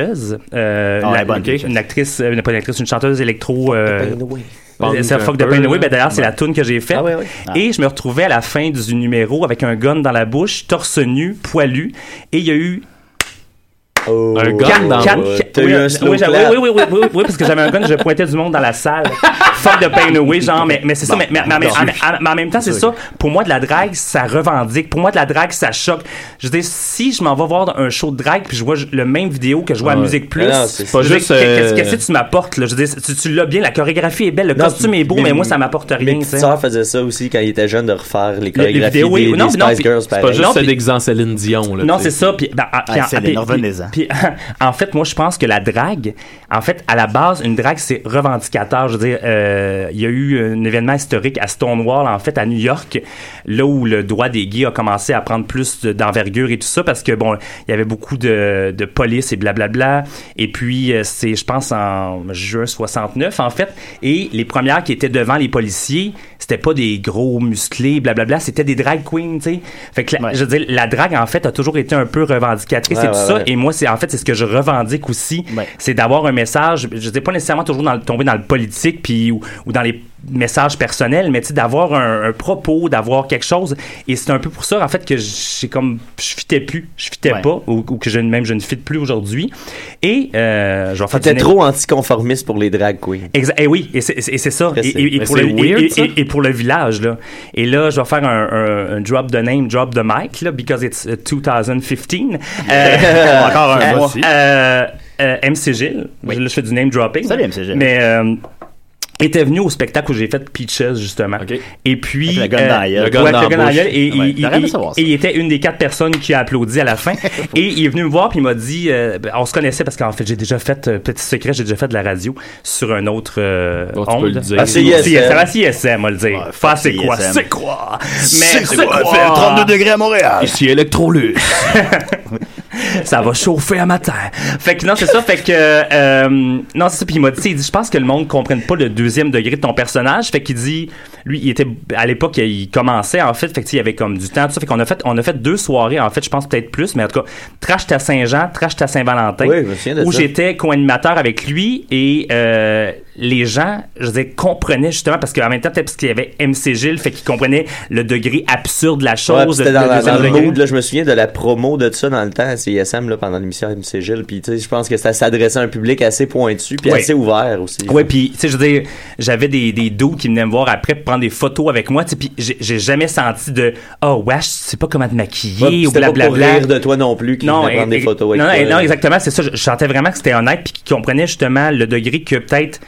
Speaker 6: euh,
Speaker 7: Ah,
Speaker 6: la-
Speaker 7: la bonne
Speaker 6: ok,
Speaker 7: Peaches.
Speaker 6: une actrice, euh, pas une actrice, une chanteuse électro. euh,
Speaker 7: Parle-nous
Speaker 6: c'est
Speaker 7: un
Speaker 6: Fuck the
Speaker 7: peu,
Speaker 6: Pain
Speaker 7: là.
Speaker 6: Away. Ben, d'ailleurs, c'est
Speaker 7: Ah Ouais.
Speaker 6: la tune que j'ai faite. Et je me retrouvais à la fin du numéro avec un gun dans la bouche, torse nu, poilu. Et il y a eu
Speaker 5: Un
Speaker 6: Quatre- Oh, quatre- quatre-
Speaker 5: Oh, T'as
Speaker 6: oui,
Speaker 5: eu
Speaker 6: oui,
Speaker 5: un slow
Speaker 6: oui,
Speaker 5: clap.
Speaker 6: oui, oui, oui, oui, oui, parce que j'avais un gun, je pointais du monde dans la salle. Fuck de pain away, genre, mais, mais c'est ça,
Speaker 5: Bon,
Speaker 6: mais, mais- mais-
Speaker 5: bon.
Speaker 6: en- en- mais en même temps, c'est ça. Pour moi, de la drague, ça revendique. Pour moi, de la drague, ça choque. Je veux dire, si je m'en vais voir un show de drague puis je vois le même vidéo que je vois à
Speaker 7: Ouais.
Speaker 6: Musique Plus,
Speaker 7: Ah non, c'est- Pas
Speaker 6: je veux
Speaker 7: juste,
Speaker 6: dire, qu'est-ce
Speaker 7: euh,
Speaker 6: qu'est-ce que tu m'apportes, là? Je veux dire, tu, tu l'as bien, la chorégraphie est belle, le costume est beau, mais, moi, ça m'apporte rien,
Speaker 5: Mes
Speaker 6: tu sais.
Speaker 5: petites sœurs faisaient ça aussi quand ils étaient jeunes de refaire les
Speaker 6: Les- les
Speaker 5: chorégraphies
Speaker 6: vidéos, oui.
Speaker 5: des,
Speaker 6: Non,
Speaker 5: des
Speaker 6: non,
Speaker 5: Spice
Speaker 6: puis-
Speaker 5: Girls.
Speaker 6: c'est pas
Speaker 5: pareil.
Speaker 6: juste Non, se puis-
Speaker 7: déguisant Céline Dion.
Speaker 6: Non, c'est ça. Puis, ben, ah, puis en- puis-
Speaker 5: hein.
Speaker 4: revenez-en.
Speaker 6: Puis, en fait, moi, je pense que la drague, en fait, à la base, une drague, c'est revendicateur. Je veux dire, euh, il y a eu un événement historique à Stonewall, en fait, à New York, là où le droit des gays a commencé à prendre plus de- d'envergure et tout ça, parce que, bon, il y avait beaucoup de, de police et blablabla. Et puis, euh, c'est, je pense, en juin 69, en fait. Et les premières qui étaient devant les policiers, c'était pas des gros musclés, blablabla, c'était des drag queens, tu sais. Fait que, la- je veux dire, la drague, en fait, a toujours été un peu revendicatrice
Speaker 5: Ouais,
Speaker 6: et tout
Speaker 5: ouais,
Speaker 6: ça.
Speaker 5: ouais.
Speaker 6: Et moi, c'est en fait, c'est ce que je revendique aussi, c'est d'avoir un message, je dis pas nécessairement toujours dans le- tomber dans le politique puis, ou, ou dans les messages personnels, mais tu sais, d'avoir un, un propos, d'avoir quelque chose. Et c'est un peu pour ça, en fait, que j'ai comme, je fitais plus, je fitais
Speaker 5: Ouais.
Speaker 6: pas, ou, ou que je, même je ne fit plus aujourd'hui. Et euh, je vais faire
Speaker 5: C'était
Speaker 6: du-
Speaker 5: trop anticonformiste pour les drag queens.
Speaker 6: Exa- eh oui, et c'est et c'est ça. Et, et- et
Speaker 5: Mais
Speaker 6: pour
Speaker 5: c'est
Speaker 6: le, et-
Speaker 5: weird,
Speaker 6: et-
Speaker 5: ça.
Speaker 6: et- et pour le village, là. Et là, je vais faire un, un- un drop de name, drop de mic, là, because it's uh, 2015. Euh,
Speaker 4: Encore un
Speaker 6: euh,
Speaker 4: mois.
Speaker 6: euh, euh, MC Gilles. Là, je fais du name dropping.
Speaker 4: Salut, MC Gilles.
Speaker 6: Mais... euh, était venu au spectacle où j'ai fait Peaches justement. Et puis euh,
Speaker 4: Avec le gun dans la gueule.
Speaker 6: ouais,
Speaker 4: Le gun
Speaker 6: avec
Speaker 4: dans
Speaker 6: le gun
Speaker 4: la
Speaker 6: dans la gueule,
Speaker 4: bouche.
Speaker 6: et,
Speaker 4: Ouais,
Speaker 6: il, il-
Speaker 4: j'aurais aimé
Speaker 6: il-
Speaker 4: savoir ça.
Speaker 6: et il était une des quatre personnes qui a applaudi à la fin. et il est venu me voir puis il m'a dit, euh, ben, on se connaissait parce qu'en fait j'ai déjà fait euh, petit secret, j'ai déjà fait de la radio sur un autre euh,
Speaker 7: Bon, tu peux le
Speaker 6: onde.
Speaker 7: dire. Ah,
Speaker 6: CISM.
Speaker 7: CISM.
Speaker 6: Ah, CISM, on va le dire. Enfin, c'est quoi,
Speaker 7: CISM.
Speaker 6: c'est quoi.
Speaker 7: C'est quoi faire 32 degrés à Montréal? Ici,
Speaker 6: Electrolux. ça va chauffer à matin. Fait que non, c'est ça. Fait que euh, non, c'est ça. Puis il m'a dit, il dit, je pense que le monde comprenne pas le deuxième degré de ton personnage. Fait qu'il dit, lui, il était à l'époque, il commençait en fait. Fait que tu sais, il y avait comme du temps. Tout ça. Fait qu'on a fait, on a fait deux soirées en fait. Je pense peut-être plus, mais en tout cas, trash à Saint-Jean, trash à Saint-Valentin,
Speaker 5: Oui, je me souviens de
Speaker 6: où
Speaker 5: ça.
Speaker 6: j'étais j'étais co-animateur avec lui et euh, les gens, je veux dire, comprenaient justement parce qu'en même temps, peut-être parce qu'il y avait MC Gilles, fait qu'ils comprenaient le degré absurde de la
Speaker 5: Ouais,
Speaker 6: chose.
Speaker 5: puis c'était dans,
Speaker 6: le
Speaker 5: dans-
Speaker 6: deuxième
Speaker 5: dans le
Speaker 6: degré.
Speaker 5: mood, là, je me souviens de la promo de ça dans le temps à CISM là, pendant l'émission MC Gilles. Puis tu sais, je pense que ça s'adressait à un public assez pointu puis
Speaker 6: Ouais.
Speaker 5: assez ouvert aussi.
Speaker 6: Ouais, puis tu sais, je veux dire, j'avais des des dos qui venaient me voir après pour prendre des photos avec moi, tu sais, puis j'ai j'ai jamais senti de oh wesh, tu sais pas comment te maquiller
Speaker 5: Ouais, puis
Speaker 6: ou
Speaker 5: c'était pas pour
Speaker 6: blablabla.
Speaker 5: rire de toi non plus qui
Speaker 6: non,
Speaker 5: venait prendre
Speaker 6: et-
Speaker 5: des photos avec
Speaker 6: non,
Speaker 5: toi,
Speaker 6: et non,
Speaker 5: là.
Speaker 6: exactement, c'est ça. Je, je sentais vraiment que c'était honnête puis qu'ils comprenaient justement le degré que peut-être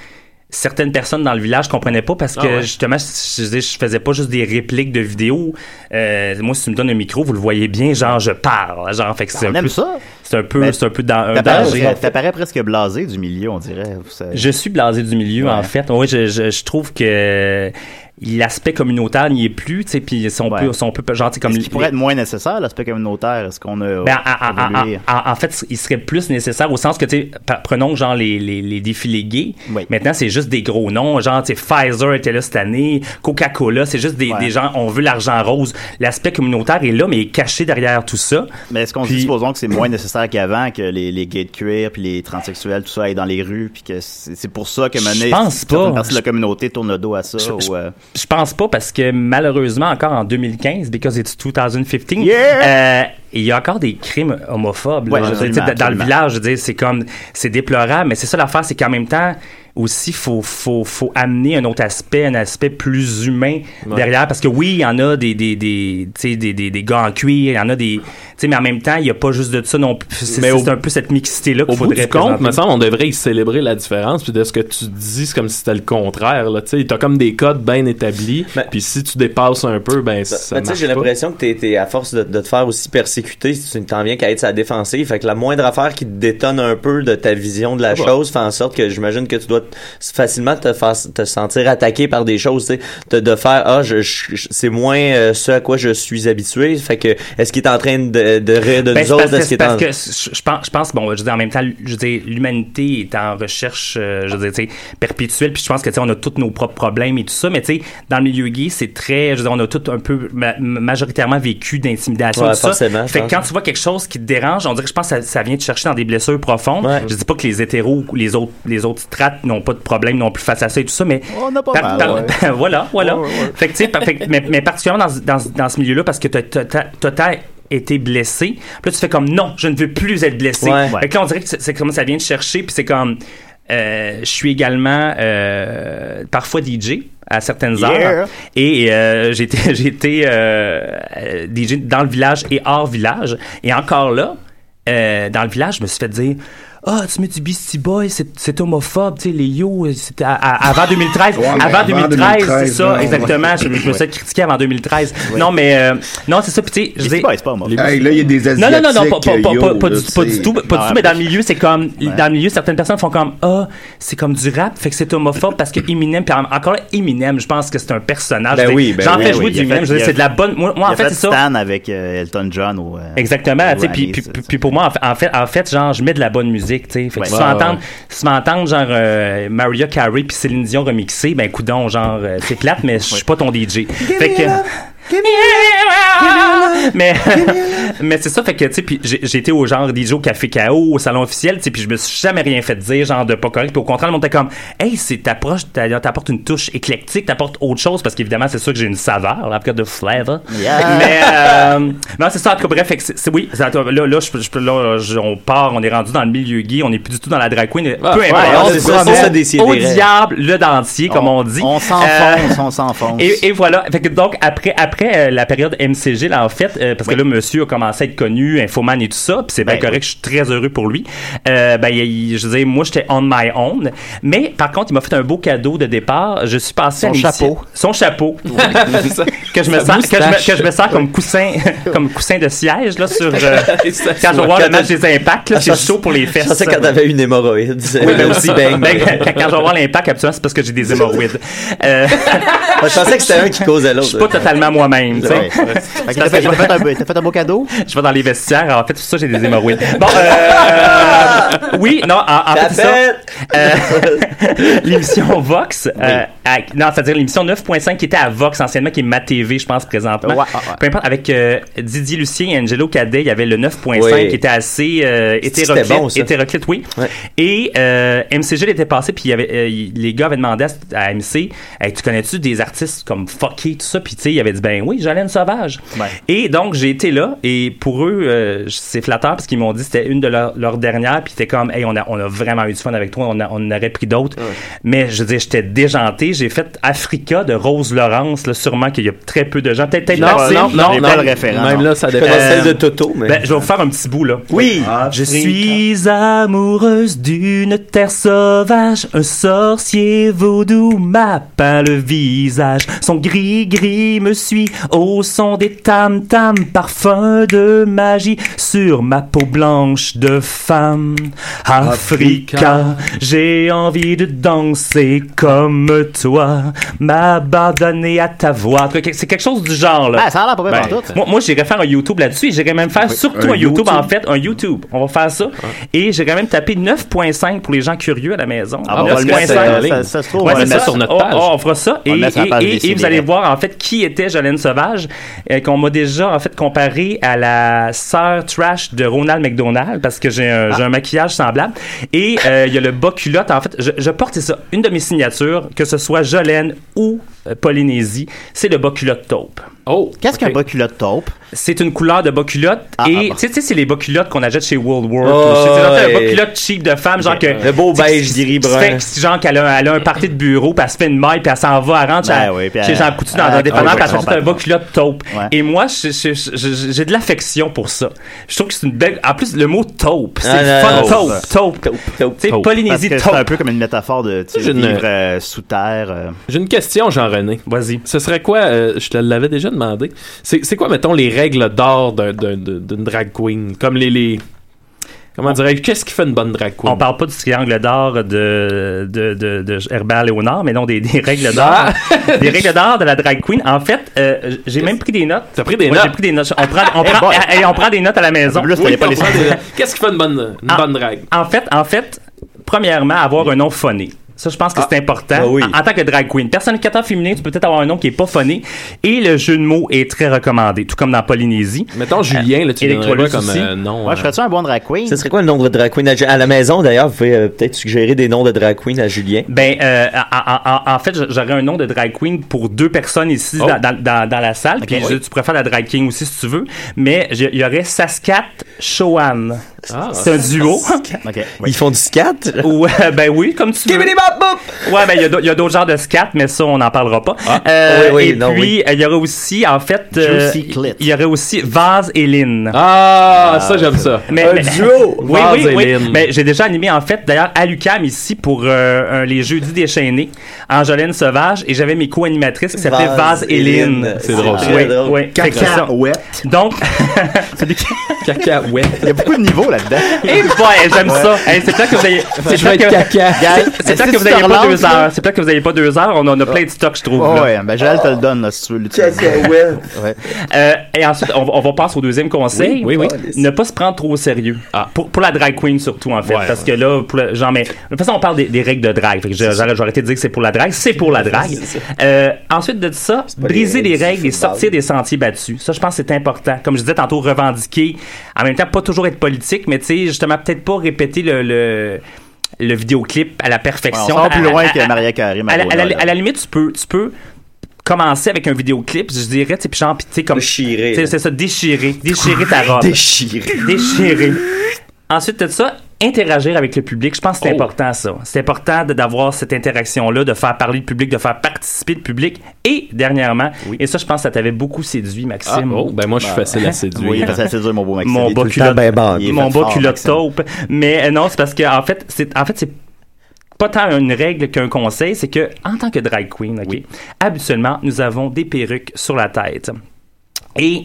Speaker 6: certaines personnes dans le village comprenaient pas parce que
Speaker 7: Ah ouais.
Speaker 6: justement je, je, je faisais pas juste des répliques de vidéos Euh, moi si tu me donnes un micro vous le voyez bien genre je parle genre fait que c'est
Speaker 4: Ben, On
Speaker 6: un,
Speaker 4: aime
Speaker 6: peu
Speaker 4: ça.
Speaker 6: c'est un peu
Speaker 5: Ben,
Speaker 4: Mais
Speaker 6: c'est un peu dans, un danger, en
Speaker 4: T'apparais
Speaker 6: fait.
Speaker 4: t'apparais Ben, presque blasé du milieu, on dirait. Vous savez.
Speaker 6: Je suis blasé du milieu,
Speaker 4: Ouais.
Speaker 6: en fait. Oui, je, je, je trouve que l'aspect communautaire n'y est plus, tu sais, puis si on
Speaker 4: Ouais.
Speaker 6: peut, si on peut genre, tu sais, comme...
Speaker 4: Est-ce qu'il pourrait être moins nécessaire, l'aspect communautaire? Est-ce qu'on a.
Speaker 6: Ben, en- en- en-
Speaker 4: évolué?
Speaker 6: en- en fait, il serait plus nécessaire au sens que, tu sais, pa- prenons genre les, les, les défilés gays. Maintenant, c'est juste des gros noms. Genre, tu sais, Pfizer était là cette année, Coca-Cola, c'est juste des, des gens, on veut l'argent rose. L'aspect communautaire est là, mais est caché derrière tout ça.
Speaker 4: Mais est-ce qu'on
Speaker 6: Puis-
Speaker 4: dit, supposons que c'est moins nécessaire qu'avant, que les, les gays de cuir, puis les transsexuels, tout ça, aillent dans les rues, puis que c'est c'est pour ça que
Speaker 6: Je
Speaker 4: maintenant,
Speaker 6: pense
Speaker 4: certaines
Speaker 6: pas.
Speaker 4: parties de la communauté tourne le dos à ça?
Speaker 6: Je-
Speaker 4: ou,
Speaker 6: je-
Speaker 4: euh,
Speaker 6: Je pense pas parce que malheureusement, encore en 2015, because it's 2015, euh, il y a encore des crimes homophobes. là.
Speaker 4: Ouais,
Speaker 6: Je veux dire,
Speaker 4: absolument,
Speaker 6: tu sais, dans- dans le
Speaker 4: absolument.
Speaker 6: village, je veux dire, c'est comme, c'est déplorable, mais c'est ça l'affaire, c'est qu'en même temps, aussi, faut, faut, faut amener un autre aspect, un aspect plus humain
Speaker 7: Ouais.
Speaker 6: derrière. Parce que oui, il y en a des, des, des, tu sais, des, des, des gars en cuir, il y en a des. tu sais, Mais en même temps, il n'y a pas juste de ça non plus. C'est
Speaker 7: Mais au-
Speaker 6: c'est un peu cette mixité-là
Speaker 7: Au
Speaker 6: qu'il
Speaker 7: bout
Speaker 6: faudrait
Speaker 7: du compte,
Speaker 6: présenter.
Speaker 7: me semble, on devrait y célébrer la différence. Puis de ce que tu dis, c'est comme si c'était le contraire. Là, tu as comme des codes bien établis. puis si tu dépasses un peu, ben ça
Speaker 5: Ben, tu sais,
Speaker 7: marche
Speaker 5: j'ai
Speaker 7: pas.
Speaker 5: l'impression que t'es, t'es- à force de, de te faire aussi persécuter, si tu t'en viens qu'à être sa défensive, fait que la moindre affaire qui te détonne un peu de ta vision de la
Speaker 7: Ah bah.
Speaker 5: chose fait en sorte que j'imagine que tu dois t- facilement te faire te sentir attaqué par des choses, tu sais, de, de faire ah je, je- je- c'est moins euh, ce à quoi je suis habitué, fait que est-ce qu'il est en train de, de rire de
Speaker 6: Ben, c'est
Speaker 5: nous autres,
Speaker 6: parce,
Speaker 5: est-ce
Speaker 6: que,
Speaker 5: qu'il est en...
Speaker 6: c'est parce que je- je pense, je pense, bon, je veux dire, en même temps, je veux dire, l'humanité est en recherche, euh, je veux dire, tu sais, perpétuelle, puis je pense que, tu sais, on a tous nos propres problèmes et tout ça, mais tu sais, dans le milieu gay, c'est très, je veux dire, on a tous un peu ma- majoritairement vécu d'intimidation,
Speaker 5: Ouais,
Speaker 6: tout ça.
Speaker 5: forcément, je
Speaker 6: Fait que
Speaker 5: pense.
Speaker 6: quand tu vois quelque chose qui te dérange, on dirait que je pense que ça, ça vient te chercher dans des blessures profondes. Je dis pas que les hétéros ou les autres, les autres strates n'ont pas de problème non plus face à ça et tout ça, mais
Speaker 4: On a pas
Speaker 6: par-
Speaker 4: mal,
Speaker 6: par-
Speaker 4: ouais.
Speaker 6: voilà, voilà. Fait que, tu sais, par- fait que- mais, mais particulièrement dans, ce- dans, ce- dans ce milieu-là, parce que t'as t'as- t'as- t'as- t'as été blessé. Puis là, tu fais comme non, je ne veux plus être blessé.
Speaker 5: Ouais.
Speaker 6: Fait que là, on dirait que c'est- c'est comme ça vient te chercher, puis c'est comme. euh, je suis également euh, parfois DJ à certaines
Speaker 4: Yeah.
Speaker 6: heures et euh, j'ai été, j'ai été, euh, euh, DJ dans le village et hors village et encore là euh, dans le village je me suis fait dire Ah, tu mets du Beastie Boy, c'est c'est homophobe, tu sais, les yo, c'était à- à- avant 2013.
Speaker 9: Ouais, mais
Speaker 6: avant
Speaker 9: avant
Speaker 6: 2013, c'est
Speaker 9: 2013,
Speaker 6: ça,
Speaker 9: non,
Speaker 6: exactement. Je, je me suis
Speaker 9: Ouais.
Speaker 6: fait critiquer avant 2013. Non, mais, euh, non, c'est ça, puis tu sais, je dis.
Speaker 4: c'est pas homophobe.
Speaker 3: Hey, là, il y a des
Speaker 6: Non, non, non, non,
Speaker 3: Asiatiques,
Speaker 6: pas, pas, pas,
Speaker 3: yo,
Speaker 6: pas- pas
Speaker 3: là,
Speaker 6: du,
Speaker 3: tu
Speaker 6: pas du
Speaker 3: sais.
Speaker 6: tout, pas du
Speaker 3: Ouais.
Speaker 6: tout, mais dans le milieu, c'est comme,
Speaker 3: Ouais.
Speaker 6: dans le milieu, certaines personnes font comme, ah, c'est comme du rap, fait que c'est homophobe parce que Eminem, puis en- encore là, Eminem, je pense que c'est un personnage.
Speaker 4: Ben
Speaker 6: Ah, Je veux
Speaker 4: oui,
Speaker 6: dire,
Speaker 4: ben
Speaker 6: J'en
Speaker 4: oui,
Speaker 6: fais
Speaker 4: oui,
Speaker 6: jouer
Speaker 4: il
Speaker 6: du
Speaker 4: a
Speaker 6: Eminem,
Speaker 4: fait-
Speaker 6: je veux dire,
Speaker 4: il a-
Speaker 6: c'est de la bonne, moi,
Speaker 4: il
Speaker 6: en
Speaker 4: a
Speaker 6: fait,
Speaker 4: fait
Speaker 6: c'est ça.
Speaker 4: Stan avec euh, Elton John au. euh,
Speaker 6: Exactement,
Speaker 4: au
Speaker 6: tu sais, puis,
Speaker 4: Grammys,
Speaker 6: puis-
Speaker 4: ça.
Speaker 6: puis- puis pour moi, en fait- en fait, en fait, genre, je mets de la bonne musique, tu sais. Fait que
Speaker 4: Ouais.
Speaker 6: si tu
Speaker 4: Ouais,
Speaker 6: m'entends,
Speaker 4: ouais.
Speaker 6: si tu m'entends, genre, euh, Mariah Carey puis Céline Dion remixées, ben, coudon, genre, euh, c'est plate, mais je suis pas ton DJ. Fait que... mais mais c'est ça fait que tu sais puis j'ai j'ai été au genre DJ au café KO au salon officiel tu sais puis je me suis jamais rien fait dire genre de pas correct puis au contraire le monde était comme hey c'est t'approches t'a- t'apportes une touche éclectique t'apportes autre chose parce qu'évidemment c'est sûr que j'ai une saveur là, en tout cas de flavor
Speaker 9: Yeah.
Speaker 6: mais euh, non c'est ça en tout cas bref fait que c'est- c'est- oui c'est- attends, là là, je- je- là, je- on part on est rendu dans le milieu gay on n'est plus du tout dans la drag queen peu
Speaker 4: Ah, ouais,
Speaker 6: importe
Speaker 4: on se promène.
Speaker 6: Au-
Speaker 4: Ça, déciderait.
Speaker 6: au diable le dentier comme on, dit Euh,
Speaker 4: On s'enfonce, on s'enfonce.
Speaker 6: et, et voilà. Fait que donc, après, après euh, la période MCG, là, en fait, euh, parce que là, monsieur a commencé à être connu, Infoman et tout ça, puis c'est bien
Speaker 4: Ben,
Speaker 6: correct, je suis très heureux pour lui. Euh, ben, il- il- je veux dire, moi, j'étais on my own. Mais, par contre, il m'a fait un beau cadeau de départ. Je suis passé
Speaker 4: Son
Speaker 6: à l'émission-
Speaker 4: chapeau.
Speaker 6: Son chapeau.
Speaker 4: Ça-
Speaker 6: que, je me
Speaker 4: sa
Speaker 6: sens, que, je
Speaker 4: moustache.
Speaker 6: me, que je me sens comme coussin, comme coussin de siège, là, sur, euh,
Speaker 5: Ça,
Speaker 6: quand je
Speaker 5: sur
Speaker 6: vais voir le
Speaker 5: quand
Speaker 6: match
Speaker 5: elle-
Speaker 6: des impacts, là,
Speaker 5: Ah,
Speaker 6: c'est
Speaker 5: ça,
Speaker 6: chaud pour les fesses.
Speaker 5: Ça, c'est quand t'avais une hémorroïde.
Speaker 6: Oui, mais aussi, ben, ben,
Speaker 5: uh, bang.
Speaker 6: quand, quand je vais voir l'impact, absolument, c'est parce que j'ai des hémorroïdes. Euh,
Speaker 5: Je pensais que c'était un qui causait l'autre.
Speaker 6: Je suis pas totalement moi-même, tu sais.
Speaker 5: Ouais. Ouais.
Speaker 6: Parce
Speaker 5: Fait que t'as fait-
Speaker 6: que-
Speaker 5: t'as fait un
Speaker 4: T'as fait un beau cadeau?
Speaker 6: Je vais dans les vestiaires, en fait, tout ça, j'ai des hémorroïdes. Bon, euh, oui, non, en, en fait, c'est ça. Euh, l'émission Vox, euh, à- non, c'est-à-dire l'émission 9.5 qui était à Vox anciennement, qui est ma TV, je pense, présentement.
Speaker 4: Ouais, ouais, ouais.
Speaker 6: Peu importe, avec euh, Didier Lucien et Angelo Cadet, il y avait le 9.5
Speaker 5: Oui.
Speaker 6: qui était assez euh,
Speaker 5: C'est-tu que
Speaker 6: hétéroclite,
Speaker 5: c'était bon, ça?
Speaker 6: hétéroclite, oui. Et euh, MCG l'était passé, puis il y avait, euh, il- les gars avaient demandé à, à MC, Hey, tu connais-tu des artistes comme Fucky, tout ça? Puis tu sais, il avait dit, ben oui, Jolene Sauvage. Et donc, j'ai été là, et pour eux, euh, c'est flatteur parce qu'ils m'ont dit c'était une de leurs leurs dernières, puis c'était comme, hey, on a, on a vraiment eu du fun avec toi, on, a- on en aurait pris d'autres. Mais je veux dire, j'étais déjanté, j'ai fait Africa de Rose Laurence, là, sûrement qu'il y a très peu de gens. Peut-être peut-être
Speaker 7: Non,
Speaker 6: Maxime,
Speaker 7: non, non,
Speaker 6: j'ai
Speaker 7: non,
Speaker 6: pas Euh,
Speaker 7: le référent, même non. là, ça dépend. Je connais celle de Toto, mais-
Speaker 6: Ben, je vais vous faire un petit bout, là.
Speaker 5: Oui,
Speaker 6: je suis amoureuse d'une terre sauvage. Un sorcier vaudou m'a peint le visage. Son gris-gris me suit au son des tam-tam. Parfum de magie sur ma peau blanche de femme. Africa, j'ai envie de danser comme toi. M'abandonner à ta voix. C'est quelque chose du genre, là.
Speaker 4: Ah, ça a l'air pas mal pantoute.
Speaker 6: Moi, moi, j'irais faire un YouTube là-dessus. et J'irais même faire surtout
Speaker 4: un
Speaker 6: un, YouTube,
Speaker 4: YouTube.
Speaker 6: en fait. Un YouTube. On va faire ça. Et j'irais même taper 9.5 pour les gens curieux à la maison.
Speaker 4: Ah, on va le mettre, euh, ça- ça se trouve, on va
Speaker 6: c'est
Speaker 4: le mettre
Speaker 6: ça. Oh,
Speaker 4: sur notre
Speaker 6: On-
Speaker 4: page.
Speaker 6: On, on fera ça. Et,
Speaker 4: On le met sur la
Speaker 6: et-
Speaker 4: page
Speaker 6: et-
Speaker 4: des
Speaker 6: et vous allez
Speaker 4: CDR.
Speaker 6: voir, en fait, qui était Jolene Sauvage, euh, qu'on m'a déjà, en fait, comparé à la sœur trash de Ronald McDonald, parce que j'ai
Speaker 4: Ah.
Speaker 6: un, j'ai un maquillage semblable. Et euh, il y a le bas culotte. En fait, je, je porte, c'est ça, une de mes signatures, que ce soit Jolene ou euh, Polynésie, c'est le bas culotte taupe.
Speaker 7: Oh!
Speaker 4: Qu'est-ce qu'un bas culotte taupe?
Speaker 6: C'est une couleur de bas culotte.
Speaker 4: Ah,
Speaker 6: et tu sais- tu sais, c'est les bas culottes qu'on achète chez World War.
Speaker 5: Oh,
Speaker 6: ou chez- c'est genre,
Speaker 5: ouais.
Speaker 6: un bas culotte cheap de femme, genre que.
Speaker 5: Le beau
Speaker 6: tu sais,
Speaker 5: beige
Speaker 6: qui-
Speaker 5: gris
Speaker 6: qui se
Speaker 5: brun.
Speaker 6: fait- qui- genre qu'elle a, elle a un party de bureau, puis elle se fait une maille, puis elle s'en va, elle rentre
Speaker 4: Ben
Speaker 6: chez-
Speaker 4: oui, puis
Speaker 6: chez
Speaker 4: elle-
Speaker 6: Jean Coutu dans
Speaker 4: elle-
Speaker 6: un dépanneur,
Speaker 4: elle-
Speaker 6: puis elle
Speaker 4: elle-
Speaker 6: s'achète
Speaker 4: elle-
Speaker 6: un bas culotte taupe.
Speaker 4: Ouais.
Speaker 6: Et moi, je- je- je- je- j'ai de l'affection pour ça. Je trouve que c'est une belle. En plus, le mot taupe, c'est
Speaker 4: Ah,
Speaker 6: fun.
Speaker 4: non, non,
Speaker 6: Taupe, taupe, taupe. Tu sais, Polynésie
Speaker 4: Parce que
Speaker 6: taupe.
Speaker 4: C'est un peu comme une métaphore de tu sais,
Speaker 7: J'ai une-
Speaker 4: vivre euh, sous terre. euh.
Speaker 7: J'ai une question, Jean-René.
Speaker 6: Vas-y.
Speaker 7: Ce serait quoi, euh, je te l'avais déjà demandé, c'est c'est quoi, mettons, les règles d'or d'un- d'un- d'une drag queen? Comme les... les- comment dirais-je? Qu'est-ce qui fait une bonne drag queen?
Speaker 6: On parle pas du triangle d'or de, de, de, de Herbert Léonard, mais non, des, des règles
Speaker 4: Ah!
Speaker 6: d'or. des règles d'or de la drag queen. En fait, euh, j'ai même pris des notes. T'as
Speaker 7: pris des
Speaker 6: J'ai
Speaker 7: notes?
Speaker 6: pris des notes. On prend, on,
Speaker 7: Hey
Speaker 6: prend,
Speaker 7: boy.
Speaker 6: hey, on prend des notes à la maison.
Speaker 7: Oui, on prend des- Qu'est-ce qui fait une bonne, une
Speaker 6: Ah.
Speaker 7: bonne drague?
Speaker 6: En fait, en fait, premièrement, avoir un nom phoné. Ça, je pense que c'est important.
Speaker 7: Ah oui.
Speaker 6: en, en tant que drag queen, personnificateur féminin, tu peux peut-être avoir un nom qui est pas phoné. Et le jeu de mots est très recommandé, tout comme dans Polynésie.
Speaker 7: Mettons Julien, là, tu
Speaker 6: Électrolux
Speaker 7: donnerais quoi comme
Speaker 6: aussi.
Speaker 7: euh, nom? euh,
Speaker 4: un bon drag queen?
Speaker 5: Ce serait quoi le nom de drag queen? à Ju- À la maison, d'ailleurs, vous pouvez euh, peut-être suggérer des noms de drag queen à Julien.
Speaker 6: Ben, euh, en, en- en- en fait, j'aurais un nom de drag queen pour deux personnes ici
Speaker 5: Oh.
Speaker 6: dans, dans- dans- dans la salle. Puis
Speaker 5: oui.
Speaker 6: je- tu préfères la drag king aussi si tu veux. Mais j'ai- il y aurait Saskat Shoan.
Speaker 7: Ah.
Speaker 6: C'est un duo.
Speaker 5: Ils font du scat?
Speaker 6: Ouais, ben oui, comme tu
Speaker 5: Give
Speaker 6: veux.
Speaker 5: me the bop, bop!
Speaker 6: Ouais, ben il y a d'au- il y a d'autres genres de scat, mais ça, on n'en parlera pas.
Speaker 5: Ah. oui, oui,
Speaker 6: et
Speaker 5: non,
Speaker 6: puis,
Speaker 5: oui.
Speaker 6: euh, il y aurait aussi, en fait, euh,
Speaker 5: Juicy clit.
Speaker 6: il y aurait aussi Vaz et Lynn.
Speaker 7: Ah, ça, j'aime ça.
Speaker 6: Mais,
Speaker 7: Un
Speaker 6: mais-
Speaker 7: duo!
Speaker 6: Oui,
Speaker 7: Vaz
Speaker 6: oui,
Speaker 7: et
Speaker 6: oui.
Speaker 7: Lynn.
Speaker 6: Mais j'ai déjà animé, en fait, d'ailleurs, à l'UCAM ici pour euh, un- les Jeudis déchaînés, Angeline Sauvage, et j'avais mes co-animatrices qui s'appelaient
Speaker 5: Vaz
Speaker 6: Vaz et
Speaker 5: et Lynn.
Speaker 6: Lynn.
Speaker 5: C'est drôle, ça.
Speaker 6: Oui,
Speaker 5: Très drôle.
Speaker 6: oui. Fait que c'est ça. Donc, c'est des
Speaker 7: cacahuètes.
Speaker 4: Il y a beaucoup de niveaux là-dedans.
Speaker 6: Eh boy, j'aime ça. Eh, c'est peut-être que vous avez. C'est
Speaker 4: Je vais
Speaker 6: peut-être que,
Speaker 4: être caca.
Speaker 6: C'est- c'est
Speaker 4: Est-ce
Speaker 6: peut-être
Speaker 4: que
Speaker 6: que
Speaker 4: tu
Speaker 6: vous n'avez
Speaker 4: te
Speaker 6: pas
Speaker 4: relances,
Speaker 6: deux
Speaker 4: là?
Speaker 6: heures. C'est peut-être que vous n'avez pas deux heures. On en a plein de stocks, je trouve.
Speaker 4: Oh,
Speaker 6: là.
Speaker 4: ouais, ben Joël te le donne là, si tu veux l'utiliser. Ouais.
Speaker 6: Euh, et ensuite, on, va- on va passer au deuxième conseil.
Speaker 7: Oui, oui,
Speaker 6: Ne pas se prendre trop au sérieux. Pour, pour la drag queen surtout, en fait.
Speaker 7: Ouais.
Speaker 6: parce que là, pour la- genre, mais. De toute façon, on parle des, des règles de drag. Fait que je- j'arrête- je vais arrêter de dire que c'est pour la drag. C'est pour la drag. Euh, ensuite de ça,
Speaker 5: pas
Speaker 6: briser
Speaker 5: les
Speaker 6: les
Speaker 5: règles du
Speaker 6: règles et
Speaker 5: football.
Speaker 6: sortir des sentiers battus. Ça, je pense que c'est important. Comme je disais tantôt, revendiquer. En même temps, pas toujours être politique, mais tu sais, justement, peut-être pas répéter le. le le vidéoclip à la
Speaker 4: on
Speaker 6: perfection.
Speaker 4: sort
Speaker 6: À-
Speaker 4: plus loin
Speaker 6: à-
Speaker 4: que
Speaker 6: à-
Speaker 4: Maria Carey.
Speaker 6: à la,
Speaker 4: Margot,
Speaker 6: à la-
Speaker 4: là.
Speaker 6: à la limite, tu peux, tu peux commencer avec un vidéoclip, je dirais, tu sais, puis genre, puis tu sais, comme.
Speaker 5: Déchirer,
Speaker 6: tu sais,
Speaker 5: là.
Speaker 6: C'est ça, déchirer. Déchirer ta robe.
Speaker 5: Déchiré.
Speaker 6: déchirer. Ensuite de ça, interagir avec le public. Je pense
Speaker 7: Oh.
Speaker 6: que c'est important, ça. C'est important de- d'avoir cette interaction-là, de faire parler le public, de faire participer le public. Et, dernièrement, et ça, je pense que ça t'avait beaucoup séduit,
Speaker 7: Ah,
Speaker 6: Maxime.
Speaker 7: oh, ben moi, je suis facile à séduire.
Speaker 4: Oui, parce que c'est dur, mon beau Maxime.
Speaker 6: Mon
Speaker 4: Il est
Speaker 6: bas
Speaker 4: tout le
Speaker 6: culotte-
Speaker 4: temps ben bon. Il est
Speaker 6: Mon
Speaker 4: fait
Speaker 6: bas
Speaker 4: fort,
Speaker 6: culotte
Speaker 4: Maxime.
Speaker 6: taupe. Mais euh, non, c'est parce que en fait, c'est en fait c'est pas tant une règle qu'un conseil, c'est que en tant que drag queen, ok, habituellement nous avons des perruques sur la tête et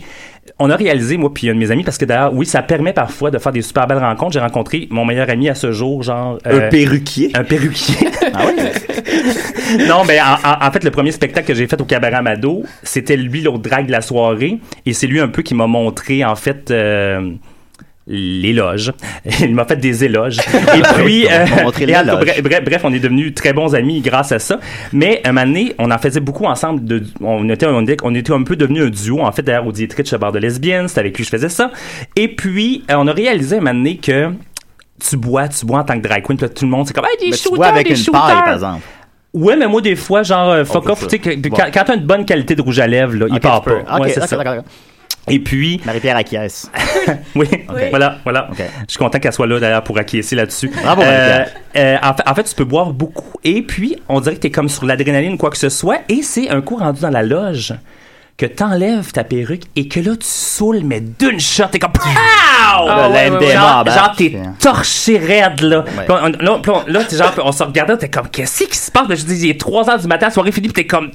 Speaker 6: on a réalisé, moi puis un de mes amis, parce que d'ailleurs, oui, ça permet parfois de faire des super belles rencontres. J'ai rencontré mon meilleur ami à ce jour, genre...
Speaker 5: Un
Speaker 6: euh,
Speaker 5: perruquier.
Speaker 6: un perruquier. non, mais en, en- en fait, le premier spectacle que j'ai fait au Cabaret Amado, c'était lui l'autre drague de la soirée. Et c'est lui un peu qui m'a montré, en fait, euh, l'éloge. Il m'a fait des éloges. Et puis,
Speaker 4: On m'a montré
Speaker 6: et en tout cas,
Speaker 4: l'éloge.
Speaker 6: bref, bref, bref, on est devenus très bons amis grâce à ça. Mais un moment donné, on en faisait beaucoup ensemble. De, on, était, on, était, on était un peu devenus un duo. En fait, d'ailleurs, au Dietrich, à bar de lesbiennes, c'était avec lui que je faisais ça. Et puis, euh, on a réalisé un moment donné que tu bois, tu bois en tant que drag queen, puis là, tout le monde, c'est comme, hey, des
Speaker 4: Mais tu
Speaker 6: shooters,
Speaker 4: vois avec
Speaker 6: des
Speaker 4: une
Speaker 6: shooters.
Speaker 4: paille, par exemple.
Speaker 6: Ouais, mais moi, des fois, genre, euh, fuck
Speaker 4: fait
Speaker 6: off,
Speaker 4: ça.
Speaker 6: tu sais, que-
Speaker 4: Bon.
Speaker 6: quand, quand t'as une bonne qualité de rouge à lèvres, là, il
Speaker 4: Ok,
Speaker 6: part
Speaker 4: tu peux.
Speaker 6: pas.
Speaker 4: Ok,
Speaker 6: ouais, c'est
Speaker 4: ok,
Speaker 6: ça.
Speaker 4: d'accord, d'accord.
Speaker 6: Et puis,
Speaker 4: Marie-Pierre acquiesce.
Speaker 6: oui, voilà, voilà.
Speaker 4: Ok.
Speaker 6: Je suis content qu'elle soit là, d'ailleurs, pour acquiescer là-dessus.
Speaker 4: Bravo,
Speaker 6: Euh,
Speaker 4: Marie-Pierre.
Speaker 6: euh, en, fait, en fait, tu peux boire beaucoup. Et puis, on dirait que t'es comme sur l'adrénaline, quoi que ce soit. Et c'est un coup rendu dans la loge que t'enlèves ta perruque et que là, tu saoules, mais d'une shot, t'es comme... Pow!
Speaker 4: Ah, ouais, ouais, ouais.
Speaker 6: genre, genre, t'es
Speaker 4: Ouais.
Speaker 6: torché raide, là.
Speaker 4: Ouais.
Speaker 6: Puis on- on- là, puis on- là, t'es genre, on se regardait, t'es comme, qu'est-ce qui se passe? Là, je dis, il est 3 h du matin, la soirée finie, puis t'es comme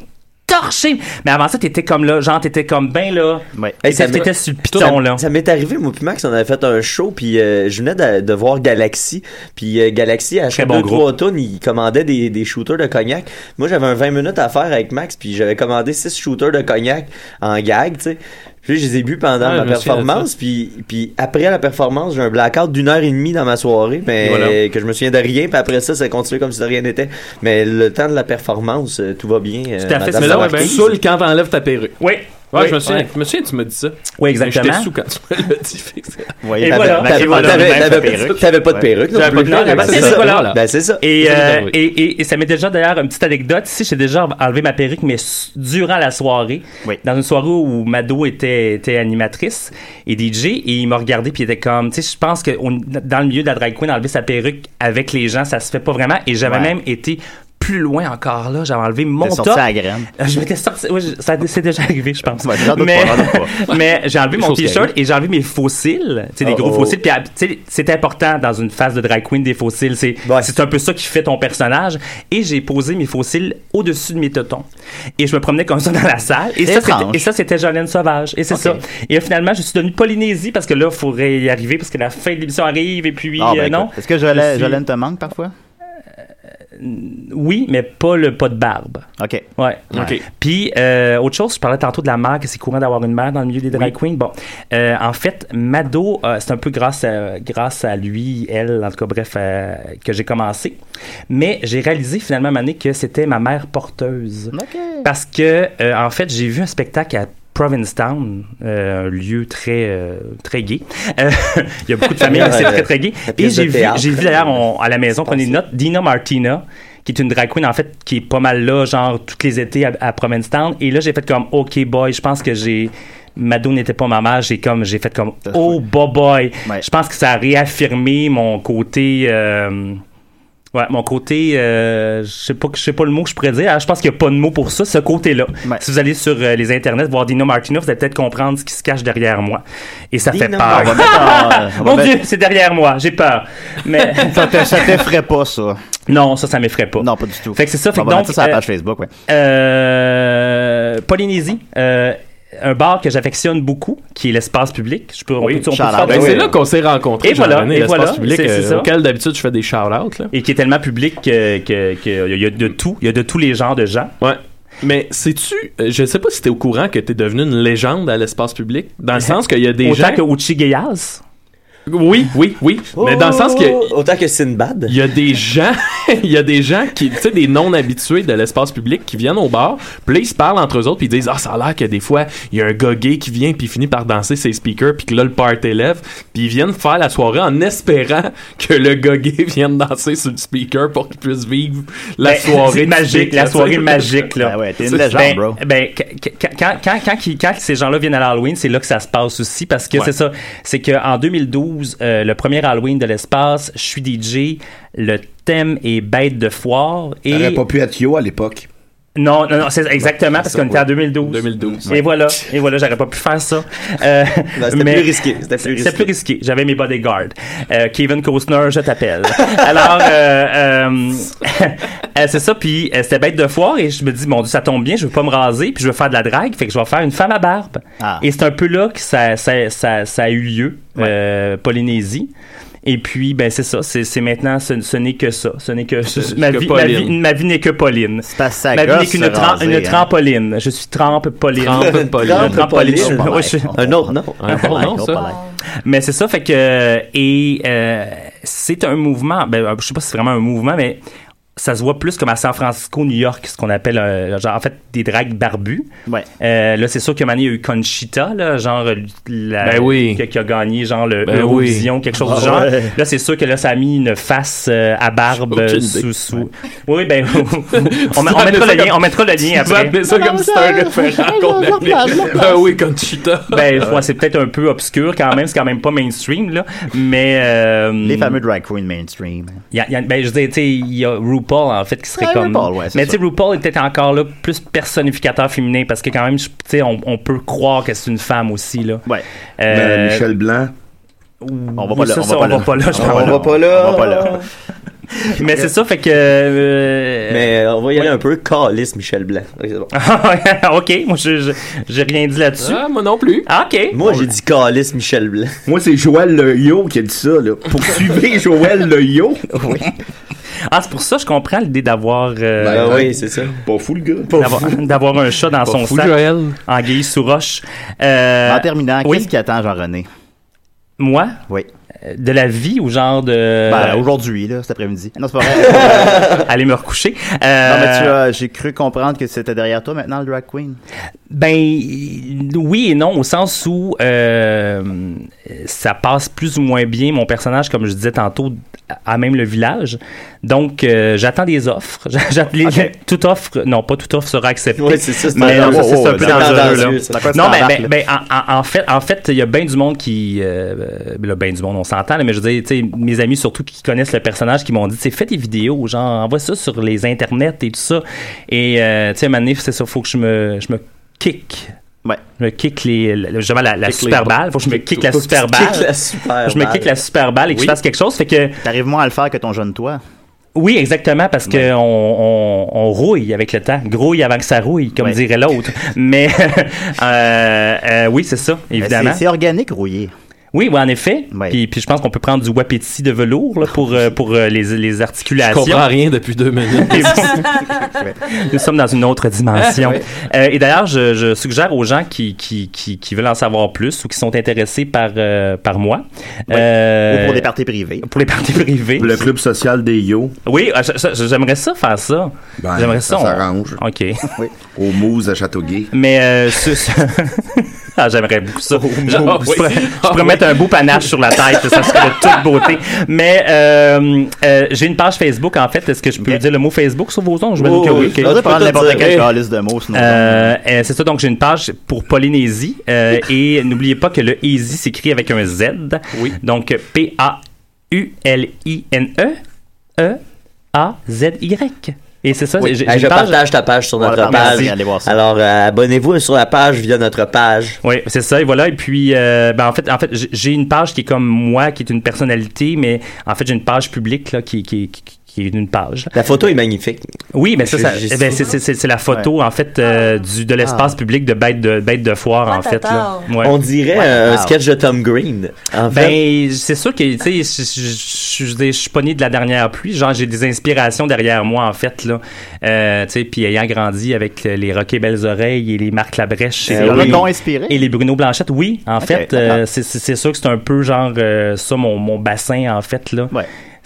Speaker 6: torché. Mais avant ça, t'étais comme là, genre, t'étais comme ben là.
Speaker 4: Ouais.
Speaker 5: Hey, ça
Speaker 6: T'étais
Speaker 5: me-
Speaker 6: sur le piton, là.
Speaker 5: Ça m'est arrivé, moi puis Max, on avait fait un show, puis euh, je venais de, de voir Galaxy, puis euh, Galaxy, à chaque
Speaker 6: bon
Speaker 5: deux,
Speaker 6: groupe.
Speaker 5: trois tonnes, il commandait des, des shooters de cognac. Moi, j'avais un 20 minutes à faire avec Max, puis j'avais commandé six shooters de cognac en gag, tu sais. Puis je les ai bu pendant
Speaker 7: Ouais,
Speaker 5: ma
Speaker 7: je me souviens de
Speaker 5: performance, puis, puis après la performance, j'ai un blackout d'une heure et demie dans ma soirée, mais
Speaker 6: Voilà.
Speaker 5: euh, que je me souviens de rien, puis après ça, ça continue comme si de rien n'était. Mais le temps de la performance, euh, tout va bien. euh,
Speaker 6: Tout à fait,
Speaker 5: madame
Speaker 6: c'est
Speaker 7: Mais là, ouais,
Speaker 5: Lamarquise.
Speaker 7: tu saoules quand t'enlèves ta perruque.
Speaker 6: Oui.
Speaker 7: Ouais,
Speaker 6: oui,
Speaker 7: je me souviens,
Speaker 6: ouais.
Speaker 7: je me souviens, tu m'as dit ça.
Speaker 6: Oui,
Speaker 7: J'étais
Speaker 6: exactement.
Speaker 7: sous quand tu me l'as dit. fait que c'est-
Speaker 4: Vous voyez,
Speaker 6: Et
Speaker 4: Marie-
Speaker 6: voilà.
Speaker 4: Marie-
Speaker 5: T'avais
Speaker 6: Et voilà.
Speaker 5: t'avais-
Speaker 6: Même
Speaker 4: pas de
Speaker 5: t'avais-
Speaker 4: perruque.
Speaker 5: t'avais pas de perruque. non
Speaker 7: J'avais
Speaker 5: plus.
Speaker 7: pas de perruque,
Speaker 5: Ah, ben,
Speaker 7: c'est
Speaker 5: c'est
Speaker 7: ça.
Speaker 5: ça.
Speaker 7: Voilà.
Speaker 5: Ben, c'est ça.
Speaker 6: Et,
Speaker 7: Ça,
Speaker 6: euh,
Speaker 7: oui.
Speaker 6: et, et, et ça m'est déjà d'ailleurs une petite anecdote ici. J'ai déjà enlevé ma perruque, mais s- durant la soirée,
Speaker 4: Oui.
Speaker 6: dans une soirée où Mado était, était animatrice et DJ, et il m'a regardé puis il était comme, tu sais, je pense que on- dans le milieu de la drag queen, enlever sa perruque avec les gens, ça se fait pas vraiment. Et j'avais
Speaker 4: Ouais.
Speaker 6: même été plus loin encore là, j'avais enlevé mon
Speaker 4: sorti
Speaker 6: top.
Speaker 4: à la graine.
Speaker 6: Euh, Je m'étais sorti, oui, je- ça c'est déjà arrivé, je pense.
Speaker 4: Ouais, j'en doute
Speaker 6: mais
Speaker 4: pas, j'en doute
Speaker 6: mais j'ai enlevé mon
Speaker 7: Chose qui
Speaker 6: t-shirt et j'ai enlevé mes fossiles, tu sais, des
Speaker 5: Oh,
Speaker 6: gros
Speaker 5: oh.
Speaker 6: fossiles. Puis ah, tu sais, c'est important dans une phase de drag queen des fossiles, c'est
Speaker 5: Ouais.
Speaker 6: c'est un peu ça qui fait ton personnage. Et j'ai posé mes fossiles au-dessus de mes totons. Et je me promenais comme ça dans la salle. Et ça,
Speaker 4: étrange.
Speaker 6: c'était- et ça, c'était Jolene Sauvage. Et c'est ça. Et finalement, je suis devenu Polynésie parce que là, il faudrait y arriver parce que la fin de l'émission arrive. Et puis,
Speaker 4: Ah, ben,
Speaker 6: euh,
Speaker 4: écoute.
Speaker 6: non.
Speaker 4: Est-ce que
Speaker 6: Je
Speaker 4: Jolène
Speaker 6: suis- Euh,
Speaker 4: Jolène te manque parfois?
Speaker 6: Oui, mais pas le pas de barbe.
Speaker 4: OK.
Speaker 6: Ouais.
Speaker 7: OK.
Speaker 6: Puis, euh, autre chose, je parlais tantôt de la mère, que c'est courant d'avoir une mère dans le milieu des drag queens. Bon, euh, en fait, Mado, euh, c'est un peu grâce à, grâce à lui, elle, en tout cas, bref, euh, que j'ai commencé. Mais j'ai réalisé finalement, Mané, que c'était ma mère porteuse.
Speaker 4: OK.
Speaker 6: Parce que, euh, en fait, j'ai vu un spectacle à Provincetown, euh, un lieu très, euh, très gay. Euh, il y a beaucoup de familles, mais c'est très, très gay.
Speaker 5: La
Speaker 6: Et
Speaker 5: pièce de
Speaker 6: j'ai vu,
Speaker 5: théâtre.
Speaker 6: j'ai vu d'ailleurs, on- à la maison,
Speaker 5: Je
Speaker 6: qu'on est
Speaker 5: pensais.
Speaker 6: note, Dina Martina, qui est une drag queen, en fait, qui est pas mal là, genre, tous les étés à, à Provincetown. Et là, j'ai fait comme, OK, boy, je pense que j'ai... Mado n'était pas ma mère, j'ai comme j'ai fait comme oh boy boy. Je pense que ça a réaffirmé mon côté euh, ouais, mon côté euh, je sais pas je sais pas le mot que je pourrais dire. Ah, je pense qu'il n'y a pas de mot pour ça, ce côté-là. Si vous allez sur euh, les internets voir Dino Martino, vous allez peut-être comprendre ce qui se cache derrière moi. Et ça fait
Speaker 4: Dino
Speaker 6: peur.
Speaker 4: Martino. On va mettre en- on va
Speaker 6: Mon
Speaker 4: mettre-
Speaker 6: dieu, c'est derrière moi, j'ai peur. Mais
Speaker 4: ça te- ça t'effraie pas, ça.
Speaker 6: Non, ça, ça m'effraie pas.
Speaker 4: Non, pas du tout.
Speaker 6: Fait que c'est ça, fait
Speaker 4: On
Speaker 6: que
Speaker 4: va
Speaker 6: donc,
Speaker 4: mettre ça sur la
Speaker 6: euh,
Speaker 4: page Facebook, ouais.
Speaker 6: euh, Polynésie, euh, un bar que j'affectionne beaucoup, qui est l'espace public. Je peux, on peut- on peut faire
Speaker 7: Ben,
Speaker 6: des-
Speaker 7: c'est là qu'on s'est rencontrés.
Speaker 6: Et voilà,
Speaker 7: Jean-René,
Speaker 6: et
Speaker 7: l'espace
Speaker 6: voilà,
Speaker 7: public,
Speaker 6: c'est- c'est
Speaker 7: euh,
Speaker 6: ça.
Speaker 7: auquel d'habitude je fais des shout-outs. là.
Speaker 6: Et qui est tellement public que, que- que il y a de tout, il y a de tous les genres de gens.
Speaker 7: Ouais. Mais sais-tu, euh, je sais pas si t'es au courant que t'es devenu une légende à l'espace public, dans le sens qu'il y a des
Speaker 6: Autant
Speaker 7: gens...
Speaker 6: que Uchi Gayaz.
Speaker 7: Oui, oui, oui. mais dans le sens
Speaker 4: Oh!
Speaker 7: que...
Speaker 5: Oh! Autant que Sinbad.
Speaker 7: Il y a des gens, il y a des gens qui, tu sais, des non-habitués de l'espace public qui viennent au bar, puis là, ils se parlent entre eux autres, puis ils disent, ah, ça a l'air que des fois, il y a un gars gay qui vient, puis il finit par danser ses speakers, puis que là, le party lève, puis ils viennent faire la soirée en espérant que le gars gay vienne danser sur le speaker pour qu'il puisse vivre la
Speaker 6: Ben,
Speaker 7: soirée
Speaker 6: c'est magique,
Speaker 7: typique,
Speaker 6: la
Speaker 7: là, tu
Speaker 6: soirée
Speaker 7: sais.
Speaker 6: magique là.
Speaker 7: C'est-
Speaker 6: Ben, ben, qu- qu- quand, quand, quand, qui- quand ces gens-là viennent à l'Halloween, c'est là que ça se passe aussi parce que
Speaker 7: Ouais.
Speaker 6: c'est ça, c'est que en 2012, euh, le premier Halloween de l'espace, je suis DJ, le thème est bête de foire
Speaker 9: Il
Speaker 6: et
Speaker 9: pas pu être Yo à l'époque.
Speaker 6: non, non, non, c'est exactement parce
Speaker 9: ça,
Speaker 6: qu'on était en
Speaker 9: ouais.
Speaker 6: 2012.
Speaker 7: 2012.
Speaker 6: Et voilà, et voilà, j'aurais pas pu faire ça. Euh,
Speaker 5: Non, c'était
Speaker 6: mais-
Speaker 5: plus risqué, c'était plus risqué.
Speaker 6: risqué. J'avais mes bodyguards. Euh, Kevin Costner, je t'appelle. Alors, euh, euh, euh, c'est ça. Puis euh, c'était bête de foire et je me dis, mon Dieu, ça tombe bien. Je veux pas me raser. Puis je veux faire de la drague. Fait que je vais faire une femme à barbe. Et c'est un peu là que ça, ça, ça, ça a eu lieu, euh, Polynésie. Et puis, ben c'est ça. C'est c'est maintenant, ce, ce n'est que ça. Ce n'est Euh, que
Speaker 7: C'est-
Speaker 6: ma
Speaker 7: que
Speaker 6: vie, ma vie,
Speaker 7: Pauline.
Speaker 6: ma vie n'est que Pauline.
Speaker 4: ça
Speaker 6: Ma vie
Speaker 4: gosse,
Speaker 6: n'est qu'une
Speaker 4: se
Speaker 6: tram-
Speaker 4: raser,
Speaker 6: une
Speaker 4: hein.
Speaker 6: trampoline. Je suis trampoline.
Speaker 7: Trampoline.
Speaker 6: Trampoline.
Speaker 5: Trampoline.
Speaker 6: Ouais, je suis-
Speaker 5: Un autre, non.
Speaker 7: Un autre, non, ça.
Speaker 6: mais c'est ça, fait que. Et euh, c'est un mouvement. Ben, je sais pas si c'est vraiment un mouvement, mais ça se voit plus comme à San Francisco, New York, ce qu'on appelle euh, genre, en fait des dragues barbues. Euh, là, c'est sûr que Mané a eu Conchita, là, genre la,
Speaker 7: Ben oui.
Speaker 6: qui, qui a gagné genre le
Speaker 7: Ben
Speaker 6: Eurovision,
Speaker 7: oui.
Speaker 6: quelque chose
Speaker 7: Ah
Speaker 6: du genre.
Speaker 7: ouais.
Speaker 6: Là, c'est sûr que là, ça a mis une face euh, à barbe
Speaker 7: Aucune
Speaker 6: euh,
Speaker 7: idée.
Speaker 6: sous, sous. Oui, ben on, met- on
Speaker 7: Tu
Speaker 6: mettra
Speaker 7: vas
Speaker 6: le
Speaker 7: appeler
Speaker 6: lien,
Speaker 7: ça
Speaker 6: on mettra le
Speaker 7: comme-
Speaker 6: lien
Speaker 7: Tu vas
Speaker 6: après.
Speaker 7: appeler ça comme si c'était un référent qu'on appelait. Ben oui, Conchita.
Speaker 6: Ben, ouais, c'est peut-être un peu obscur quand même, c'est quand même pas mainstream, là. Mais. euh,
Speaker 4: Les fameux drag queens mainstream.
Speaker 6: il y a- il y a- ben, je veux dire, tu sais, il y a RuPaul, en fait, qui serait
Speaker 4: Ouais,
Speaker 6: comme.
Speaker 4: RuPaul, ouais, c'est
Speaker 6: mais tu sais,
Speaker 4: ça.
Speaker 6: RuPaul est peut-être encore là, plus personnificateur féminin, parce que quand même, je- tu sais, on, on peut croire que c'est une femme aussi, là.
Speaker 4: Ouais.
Speaker 9: Ben, Michel Blanc.
Speaker 4: Euh, On va pas là,
Speaker 6: ça,
Speaker 4: on
Speaker 6: ça,
Speaker 4: va pas là.
Speaker 6: là. je
Speaker 4: On
Speaker 6: pense.
Speaker 4: va pas là. On va pas là.
Speaker 6: Mais c'est ça, fait que. euh,
Speaker 5: Mais euh, on va y aller un peu calice, Michel Blanc. Ok, c'est bon.
Speaker 6: ok, moi, je- je- j'ai rien dit là-dessus.
Speaker 7: Ah, moi non plus.
Speaker 6: Ah, ok.
Speaker 5: Moi, j'ai dit calice, Michel Blanc.
Speaker 9: Moi, c'est Joël Le Yo qui a dit ça, là. Poursuivez Joël Le Yo.
Speaker 6: Ah, c'est pour ça que je comprends l'idée d'avoir. euh,
Speaker 5: Ben oui, c'est ça.
Speaker 9: Pas fou, le gars. Pas
Speaker 6: d'avoir-
Speaker 9: fou.
Speaker 6: D'avoir un chat dans
Speaker 7: Pas
Speaker 6: son
Speaker 7: fou,
Speaker 6: sac.
Speaker 7: Joël.
Speaker 6: En guise sous roche. Euh,
Speaker 4: En terminant,
Speaker 6: oui.
Speaker 4: qu'est-ce qui attend Jean-René?
Speaker 6: Moi,
Speaker 4: Oui.
Speaker 6: euh, de la vie euh, ou genre de.
Speaker 4: Ben, aujourd'hui, là, cet après-midi. Non, c'est pas vrai.
Speaker 6: aller me recoucher.
Speaker 4: Non, mais tu
Speaker 6: Euh,
Speaker 4: as- j'ai cru comprendre que c'était derrière toi maintenant le drag queen.
Speaker 6: Ben oui et non, au sens où euh, ça passe plus ou moins bien mon personnage, comme je disais tantôt, à même le village. Donc euh, j'attends des offres. J'attends les- Toute offre, non pas toute offre sera acceptée.
Speaker 5: Ouais, c'est ça, c'est
Speaker 6: mais
Speaker 5: un-
Speaker 6: non, ça,
Speaker 5: oh,
Speaker 6: c'est
Speaker 5: oh,
Speaker 6: un peu
Speaker 5: c'est
Speaker 6: dangereux.
Speaker 5: dangereux,
Speaker 6: là.
Speaker 5: ça. Dans quoi tu
Speaker 6: Non, mais,
Speaker 5: t'embarques,
Speaker 6: mais- mais Ben, en, en- en fait, en fait, il y a bien du monde qui, euh, là, ben du monde, on s'entend, là, mais je veux dire, tu sais, mes amis surtout qui connaissent le personnage, qui m'ont dit, tu sais, fais des vidéos, genre envoie ça sur les internets et tout ça. Et euh, tu sais, à un moment donné, c'est ça, faut que je me, je me kick.
Speaker 4: Ouais.
Speaker 6: Je me kick les, le- justement la, la
Speaker 7: Kick les
Speaker 6: super
Speaker 7: balles.
Speaker 6: balle. Faut que je me
Speaker 7: Kick
Speaker 6: kick
Speaker 7: tout.
Speaker 6: la super balle.
Speaker 5: Kick la super
Speaker 6: Je me kick la super balle et que
Speaker 7: Oui.
Speaker 6: je fasse quelque chose. Fait que,
Speaker 4: T'arrives moins à le faire que ton jeune toi.
Speaker 6: oui, exactement, parce que on, on, on rouille avec le temps. Grouille avant que ça rouille, comme
Speaker 4: Ouais.
Speaker 6: dirait l'autre. Mais, euh, euh, oui, c'est ça,
Speaker 4: Mais
Speaker 6: évidemment.
Speaker 4: Ben, C'est c'est organique rouillé.
Speaker 6: Oui, oui, en effet.
Speaker 4: Ouais.
Speaker 6: Puis, puis je pense qu'on peut prendre du wapiti de velours là, pour, euh, pour euh, les, les
Speaker 7: Je
Speaker 6: articulations.
Speaker 7: comprends rien depuis deux minutes.
Speaker 6: Et vous- Nous sommes dans une autre dimension. Euh, et d'ailleurs, je, je suggère aux gens qui, qui, qui, qui veulent en savoir plus ou qui sont intéressés par, euh, par moi. euh,
Speaker 4: Ou pour des parties privées.
Speaker 6: pour les parties privées.
Speaker 9: Le club social des Yo.
Speaker 6: Oui, ah, je- je- j'aimerais ça faire ça.
Speaker 9: Ben,
Speaker 6: j'aimerais
Speaker 9: ça
Speaker 6: ça. on-
Speaker 9: s'arrange.
Speaker 6: OK.
Speaker 9: Au Mousse à Châteauguay.
Speaker 6: Mais euh, ce- ce- Ah, j'aimerais beaucoup ça. je,
Speaker 7: mon
Speaker 6: oh,
Speaker 7: Dieu.
Speaker 6: je pourrais,
Speaker 7: Ah,
Speaker 6: je pourrais
Speaker 7: oui.
Speaker 6: mettre un beau panache sur la tête, ça serait de toute beauté. Mais euh, euh, j'ai une page Facebook, en fait. Est-ce que je peux dire le mot Facebook sur vos ondes? Je me
Speaker 4: Oh,
Speaker 5: Oh,
Speaker 6: dis que oui. ok.
Speaker 4: On va prendre n'importe
Speaker 5: Eh
Speaker 4: quel calice de mots, sinon.
Speaker 6: Euh, euh, c'est ça, donc j'ai une page pour Polynésie. euh, et n'oubliez pas que le Easy s'écrit avec un Z. Oui. Donc P-A-U-L-I-N-E. E E-A-Z-Y. Et c'est ça,
Speaker 5: Oui.
Speaker 6: j'ai
Speaker 5: Hey,
Speaker 6: j'ai
Speaker 5: je
Speaker 6: une page-
Speaker 5: partage ta page sur
Speaker 6: On va
Speaker 5: notre
Speaker 6: la partager,
Speaker 5: page.
Speaker 6: allez voir ça.
Speaker 5: Alors, euh, abonnez-vous sur la page via notre page.
Speaker 6: Oui, c'est ça. Et voilà. Et puis, euh, ben, en fait, en fait, j'ai- j'ai une page qui est comme moi, qui est une personnalité, mais en fait, j'ai une page publique là, qui, qui, qui, qui est une page.
Speaker 5: La photo est magnifique.
Speaker 6: Oui, mais ça,
Speaker 5: J'ai-
Speaker 6: ça
Speaker 5: j'ai
Speaker 6: eh ben,
Speaker 5: ça.
Speaker 6: c'est- c'est c'est- c'est la photo en fait euh, du de l'espace
Speaker 5: Ah.
Speaker 6: public de bête de bête de foire en fait. Là. Ouais.
Speaker 5: On dirait euh, un sketch de Tom Green. En fait,
Speaker 6: Ben, c'est sûr que, tu sais, je- je- je- je veux dire, je suis pas né de la dernière pluie. Genre, j'ai des inspirations derrière moi, en fait, là. Euh, tu sais, puis ayant grandi avec euh, les Roquets Belles Oreilles et les Marc
Speaker 5: Eh
Speaker 6: Labrèche.
Speaker 4: Euh,
Speaker 6: et,
Speaker 4: oui.
Speaker 6: les,
Speaker 4: T'ont inspiré?
Speaker 6: et les Bruno Blanchette, oui, en fait. euh, c'est- c'est c'est sûr que c'est un peu, genre, euh, ça, mon, mon bassin, en fait, là.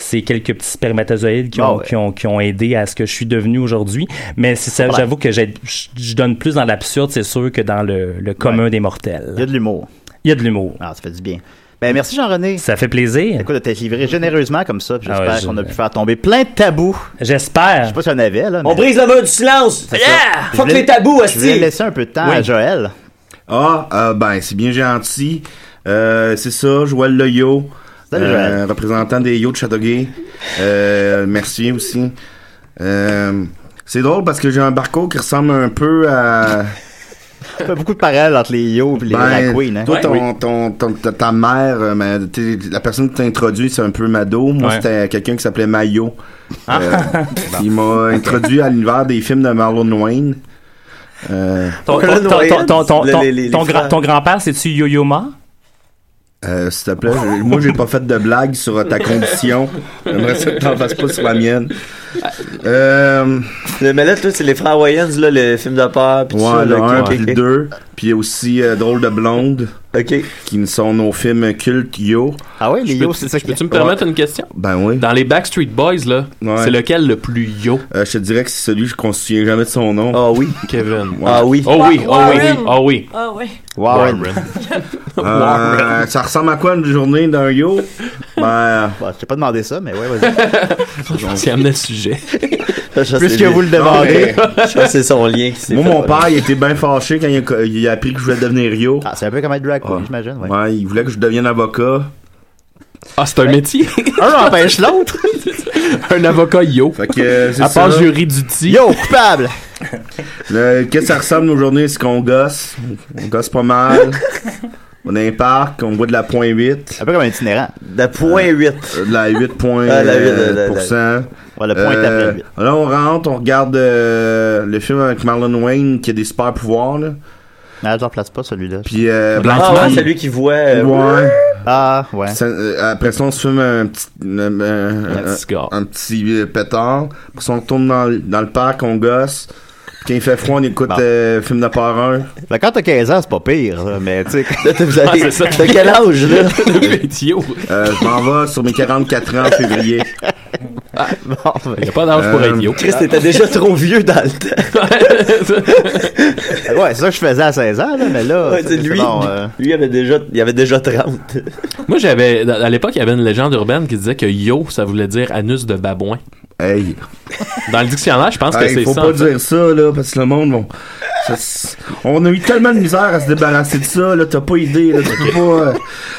Speaker 6: C'est quelques petits spermatozoïdes qui ont,
Speaker 4: Ah ouais.
Speaker 6: qui, ont, qui ont aidé à ce que je suis devenu aujourd'hui. Mais c'est ça,
Speaker 4: Ouais.
Speaker 6: j'avoue que j'ai- je je donne plus dans l'absurde, c'est sûr, que dans le, le commun des mortels.
Speaker 4: Il y a de l'humour.
Speaker 6: Il y a de l'humour.
Speaker 4: Ah, ça fait du bien. Ben, merci Jean-René.
Speaker 6: Ça fait plaisir.
Speaker 4: Écoute, de t'être livré généreusement comme ça. puis J'espère
Speaker 6: Ah ouais, je-
Speaker 4: qu'on a pu faire tomber plein de tabous.
Speaker 6: J'espère. Je sais
Speaker 4: pas si on avait, là.
Speaker 5: on brise le mur du silence.
Speaker 4: C'est
Speaker 5: Yeah!
Speaker 4: ça. Je
Speaker 5: Fuck
Speaker 4: voulais-
Speaker 5: les tabous,
Speaker 4: Je voulais
Speaker 5: hostie.
Speaker 4: laisser un peu de temps à Joël.
Speaker 3: Ah, euh, ben, c'est bien gentil. Euh, c'est ça, Joël Loyo,
Speaker 4: Salut, Joël.
Speaker 3: représentant des Yo de Châteauguay. Euh, merci aussi. Euh, c'est drôle parce que j'ai un barco qui ressemble un peu à.
Speaker 4: T'as beaucoup de parallèles entre les Yo et les
Speaker 3: Ben,
Speaker 4: la Queen. Hein?
Speaker 3: Toi, ton, ton- ton- ta- ta mère, euh, ma- t'es- la personne qui t'a introduit, c'est un peu Mado. Moi,
Speaker 6: Ouais.
Speaker 3: c'était quelqu'un qui s'appelait Mayo. Euh, Il m'a introduit à l'univers des films de Marlon Wayne. Euh,
Speaker 6: Ton, ton, ton, ton, ton, ton, ton grand, ton grand-père, c'est-tu Yo-Yo Ma?
Speaker 3: Euh, S'il te plaît, je- moi j'ai pas fait de blague sur euh, ta condition. J'aimerais ça que t'en fasses pas sur la mienne. Euh...
Speaker 5: mais là, toi, c'est les frères Wayans, là, le film de peur. Puis
Speaker 3: Ouais,
Speaker 5: tout ça,
Speaker 3: le
Speaker 5: là,
Speaker 3: 1
Speaker 5: ok,
Speaker 3: puis le
Speaker 5: ok.
Speaker 3: 2. Puis aussi euh, Drôle de Blonde.
Speaker 5: OK.
Speaker 3: Qui sont nos films cultes yo.
Speaker 4: Ah ouais,
Speaker 7: Je peux- je peux-tu me permettre une question?
Speaker 3: Ben oui.
Speaker 7: Dans les Backstreet Boys, là, c'est lequel le plus yo?
Speaker 3: Euh, je te dirais que c'est celui qu'on se souvient jamais de son nom.
Speaker 5: Ah oui.
Speaker 7: Kevin.
Speaker 3: Ah oui.
Speaker 7: Oh oui, oh oui,
Speaker 3: Warren.
Speaker 7: oh oui.
Speaker 10: Ah oui.
Speaker 3: Warren. Euh,
Speaker 4: Warren.
Speaker 3: ça ressemble à quoi une journée d'un yo? Ben.
Speaker 4: Bah, je t'ai pas demandé ça, mais ouais, vas-y.
Speaker 7: Je pense qu'il amenait le sujet.
Speaker 4: Puisque vous le demandez.
Speaker 5: c'est son lien qui s'est
Speaker 3: Moi,
Speaker 5: fait,
Speaker 3: mon
Speaker 5: ouais.
Speaker 3: père, il était bien fâché quand il a, il a appris que je voulais devenir yo.
Speaker 4: Ah, c'est un peu comme être drag queen, j'imagine. Ouais.
Speaker 3: il voulait que je devienne avocat.
Speaker 7: Ah, c'est un métier.
Speaker 4: Ben, Un empêche l'autre.
Speaker 7: un avocat yo.
Speaker 3: Fait que, euh, c'est
Speaker 7: à part
Speaker 3: ça.
Speaker 7: jury du tir.
Speaker 4: Yo, coupable!
Speaker 3: Le- Qu'est-ce que ça ressemble nos journées? C'est qu'on gosse. On gosse pas mal. On a un parc, on boit de la point 8.
Speaker 4: Un peu comme un itinérant.
Speaker 5: De la point 8.
Speaker 3: de la 8 point,
Speaker 5: Ah, la huit,
Speaker 3: euh,
Speaker 5: la- la-
Speaker 3: pour
Speaker 5: la-
Speaker 3: cent.
Speaker 4: Ouais, le point est après le huit.
Speaker 3: Euh, Là, on rentre, on regarde euh, le film avec Marlon Wayne qui a des super pouvoirs. Là.
Speaker 4: Ah, je ne replace pas celui-là.
Speaker 3: Puis, euh,
Speaker 5: Ah ouais, celui qui voit. euh,
Speaker 3: Ouais.
Speaker 4: Ah, ouais.
Speaker 3: Ça, euh, après ça, on se fume un petit, euh, euh,
Speaker 7: Un petit cigare.
Speaker 3: un petit, euh, pétard. Après ça, on retourne dans, le- dans le parc, on gosse. Quand il fait froid, on écoute euh, film de peur 1.
Speaker 4: Ben, quand t'as 15 ans, c'est pas pire, ça, mais tu sais.
Speaker 5: vous avez-
Speaker 4: Ah, c'est ça.
Speaker 5: T'as quel âge, là?
Speaker 3: Euh, je m'en vais sur mes 44 ans en février.
Speaker 4: Ah, ben.
Speaker 7: Il n'y a pas d'âge pour
Speaker 3: Euh,
Speaker 7: être yo.
Speaker 5: Chris, t'étais déjà trop vieux dans le temps.
Speaker 4: ouais, c'est ça que je faisais à 16 ans, là, mais là.
Speaker 5: Ouais,
Speaker 4: c'est-
Speaker 5: c'est
Speaker 4: c'est
Speaker 5: lui,
Speaker 4: bon, euh,
Speaker 5: lui, il avait déjà, il avait déjà 30.
Speaker 7: Moi, j'avais. À l'époque, il y avait une légende urbaine qui disait que yo, ça voulait dire anus de babouin.
Speaker 3: Hey.
Speaker 7: Dans le dictionnaire, je pense que
Speaker 3: Hey,
Speaker 7: c'est
Speaker 3: faut
Speaker 7: ça.
Speaker 3: pas
Speaker 7: en fait.
Speaker 3: dire ça, là, parce que le monde, bon, ça, c'est- on a eu tellement de misère à se débarrasser de ça, là, t'as pas idée, là, tu peux pas, euh,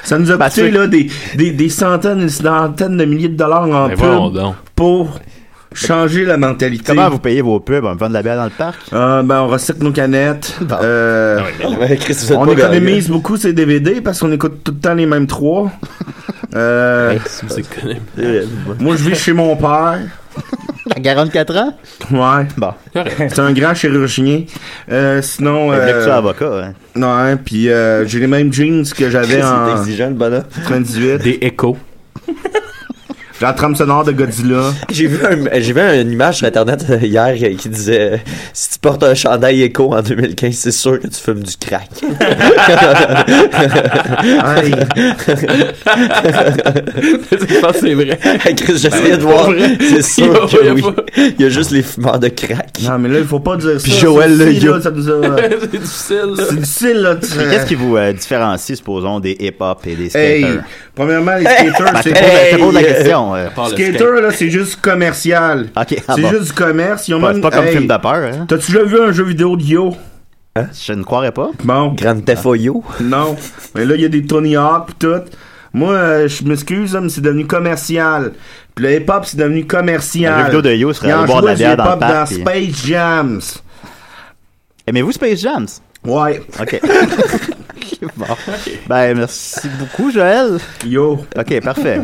Speaker 3: ça nous a
Speaker 7: Ben,
Speaker 3: coûté,
Speaker 4: tu-
Speaker 3: là, des, des, des centaines et des centaines de milliers de dollars en
Speaker 7: Ben,
Speaker 3: pub
Speaker 7: voyons donc.
Speaker 3: pour changer la mentalité.
Speaker 4: Comment vous payez vos pubs? On vend de la bière dans le parc?
Speaker 3: Euh, ben, on recycle nos canettes, euh,
Speaker 5: Ouais, Chris, vous êtes
Speaker 3: on
Speaker 5: pas
Speaker 3: économise beaucoup ces DVD parce qu'on écoute tout le temps les mêmes trois. Euh,
Speaker 7: C'est connu.
Speaker 5: gagné.
Speaker 3: moi, je vis chez mon père.
Speaker 4: À 44 ans?
Speaker 3: Ouais.
Speaker 4: Bon.
Speaker 7: Correct.
Speaker 3: C'est un grand chirurgien. Euh, sinon.
Speaker 4: Il voulait que tu sois
Speaker 3: Euh,
Speaker 4: avocat, hein.
Speaker 3: non, hein, puis euh, j'ai les mêmes jeans que
Speaker 5: Chris,
Speaker 3: j'avais
Speaker 5: il est
Speaker 3: en
Speaker 5: exigeant, le bonhomme.
Speaker 3: 98.
Speaker 7: Des échos.
Speaker 3: La trame sonore de Godzilla.
Speaker 5: J'ai vu, un- j'ai vu une image sur Internet euh, hier euh, qui disait euh, Si tu portes un chandail éco en 2015, c'est sûr que tu fumes du crack.
Speaker 7: Aïe. Je pense que c'est vrai.
Speaker 5: Chris,
Speaker 3: Ben,
Speaker 5: j'essayais de voir. C'est sûr que oui. Il y a juste les fumeurs de crack.
Speaker 3: Non, mais là, il faut pas dire ça.
Speaker 5: Puis Joël
Speaker 3: C'est
Speaker 5: Le
Speaker 3: ici,
Speaker 5: Yo.
Speaker 3: là, ça nous a-
Speaker 7: C'est difficile, là.
Speaker 3: C'est difficile, là. tu-
Speaker 4: Qu'est-ce qui vous euh, différencie, supposons, des hip-hop et des skaters?
Speaker 3: Hey, premièrement, Ah, les skaters,
Speaker 4: Ben,
Speaker 3: c'est
Speaker 4: t'es pas- t'es pas la
Speaker 3: Hey,
Speaker 4: question, euh.
Speaker 3: Skater, là, c'est juste commercial.
Speaker 4: Ok, ah
Speaker 3: c'est
Speaker 4: bon.
Speaker 3: juste du commerce. Ils ont
Speaker 4: Pas-
Speaker 3: même-
Speaker 4: pas comme
Speaker 3: hey,
Speaker 4: film de peur, hein?
Speaker 3: T'as-tu déjà vu un jeu vidéo de Yo?
Speaker 4: Je ne croirais pas.
Speaker 3: Bon.
Speaker 5: Grande Yo?
Speaker 3: Non. Mais là, il y a des Tony Hawk pis tout. Moi, euh, je m'excuse, là, mais c'est devenu commercial. Puis le hip-hop, c'est devenu commercial.
Speaker 4: Le jeu vidéo de Yo serait
Speaker 3: Ils en
Speaker 4: aller boire de la
Speaker 3: jouaient du
Speaker 4: bière dans le
Speaker 3: hip-hop
Speaker 4: parc,
Speaker 3: dans
Speaker 4: puis-
Speaker 3: Space Jams.
Speaker 4: Aimez-vous Space Jams?
Speaker 3: Ouais.
Speaker 4: OK. Bon. Ben, merci beaucoup, Joël.
Speaker 3: Yo.
Speaker 4: OK, parfait.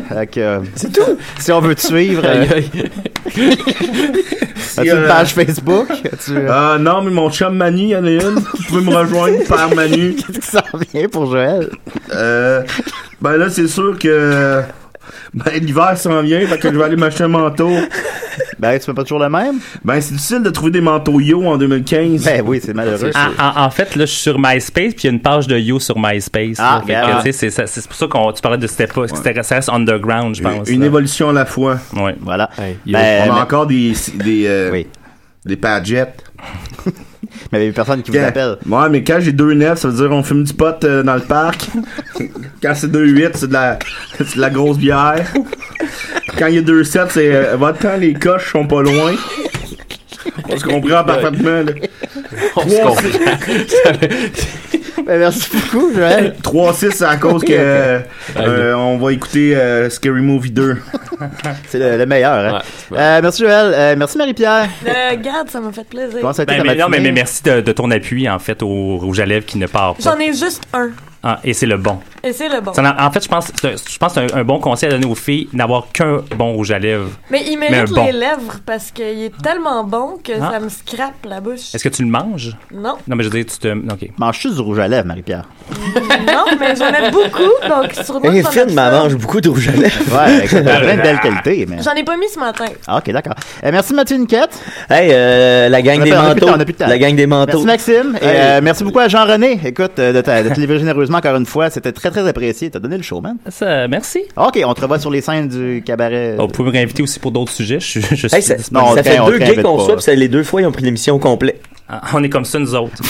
Speaker 4: C'est tout. Si on veut te suivre, euh, as-tu une
Speaker 3: euh,
Speaker 4: page Facebook? As-tu, euh,
Speaker 3: Euh, non, mais mon chum Manu, il y en a une. Vous pouvez me rejoindre par Manu. Qu'est-ce
Speaker 4: qui s'en vient pour Joël?
Speaker 3: Euh, ben là, c'est sûr que... Ben, l'hiver s'en vient, fait que je vais aller m'acheter un manteau.
Speaker 4: Ben, tu fais pas toujours le même?
Speaker 3: Ben, c'est difficile de trouver des manteaux yo en 2015.
Speaker 4: Ben oui, c'est malheureux.
Speaker 6: Ah, En, en- en fait, là, je suis sur MySpace, puis il y a une page de You sur MySpace.
Speaker 4: Ah,
Speaker 6: là. Fait que,
Speaker 4: regarde.
Speaker 6: tu sais, c'est ça- c'est pour ça qu'on tu parlais de c'était pas, c'était ça reste underground, je pense.
Speaker 3: Une
Speaker 6: là. Ben,
Speaker 3: évolution à la fois.
Speaker 6: Ouais.
Speaker 4: Voilà.
Speaker 3: Yo. on a
Speaker 4: mais-
Speaker 3: encore des des euh, des pagettes.
Speaker 4: mais il n'y a personne qui vous appelle.
Speaker 3: Ouais, mais quand j'ai 2-9, ça veut dire on fume du pot euh, dans le parc. quand c'est 2-8, c'est de, la, c'est de la grosse bière. quand il y a 2-7, c'est euh, va-t'en, les coches sont pas loin. On se comprend parfaitement. là.
Speaker 7: On se
Speaker 4: Ben, merci beaucoup, Joël.
Speaker 3: 3-6, c'est à cause que
Speaker 4: Oui, ok.
Speaker 3: euh, euh, on va écouter euh, Scary Movie 2.
Speaker 4: C'est le, le meilleur. hein. Euh, merci, Joël. Euh, merci, Marie-Pierre.
Speaker 10: Euh, garde, ça m'a fait plaisir.
Speaker 4: Comment ça a été
Speaker 6: Ben,
Speaker 4: ta
Speaker 6: mais, non, mais, mais
Speaker 4: matinée?
Speaker 6: merci de, de ton appui, en fait, au Rouge à lèvres qui ne part pas.
Speaker 10: J'en ai juste un.
Speaker 6: Ah, et c'est le bon.
Speaker 10: Et c'est le bon.
Speaker 6: Ça, en- en fait, je pense, c'est un- je pense que c'est un, un bon conseil à donner aux filles, n'avoir qu'un bon rouge à lèvres.
Speaker 10: Mais il
Speaker 6: un
Speaker 10: mérite
Speaker 6: bon.
Speaker 10: les lèvres parce qu'il est tellement bon que
Speaker 6: Ah.
Speaker 10: ça me scrape la bouche.
Speaker 6: Est-ce que tu le manges?
Speaker 10: Non.
Speaker 6: Non, mais je veux dire, tu te... OK.
Speaker 4: Manges-tu du rouge à lèvres, Marie-Pierre?
Speaker 10: non, mais j'en ai beaucoup, donc sûrement que
Speaker 4: Hey,
Speaker 10: ça
Speaker 4: Finn,
Speaker 10: me-
Speaker 4: ma-
Speaker 5: Eh, Elle mange beaucoup de rouge à lèvres.
Speaker 4: Ouais, avec plein de belles qualités. Mais...
Speaker 10: J'en ai pas mis ce matin.
Speaker 4: Ah, ok, d'accord. Euh, merci Mathieu Niquette.
Speaker 5: Hey, euh, la gang
Speaker 4: On a
Speaker 5: des
Speaker 4: plus- on a plus de
Speaker 5: manteaux.
Speaker 4: temps, on a plus de temps.
Speaker 5: La gang des manteaux.
Speaker 4: Merci Maxime. Et,
Speaker 5: Hey.
Speaker 4: euh, merci beaucoup à Jean-René. Écoute, euh, de, ta- de te livrer généreusement encore une fois. C'était très, très apprécié. T'as donné le show, man.
Speaker 6: Ça, merci.
Speaker 4: Ok, on te revoit sur les scènes du cabaret.
Speaker 6: Oh, vous pouvez me réinviter aussi pour d'autres sujets. Je, suis- je suis
Speaker 5: Hey, ça,
Speaker 4: ben,
Speaker 6: disponible.
Speaker 5: ça fait deux gigs qu'on soit, puis c'est les deux fois, ils ont pris l'émission au complet.
Speaker 6: Ah, On est comme ça, nous autres.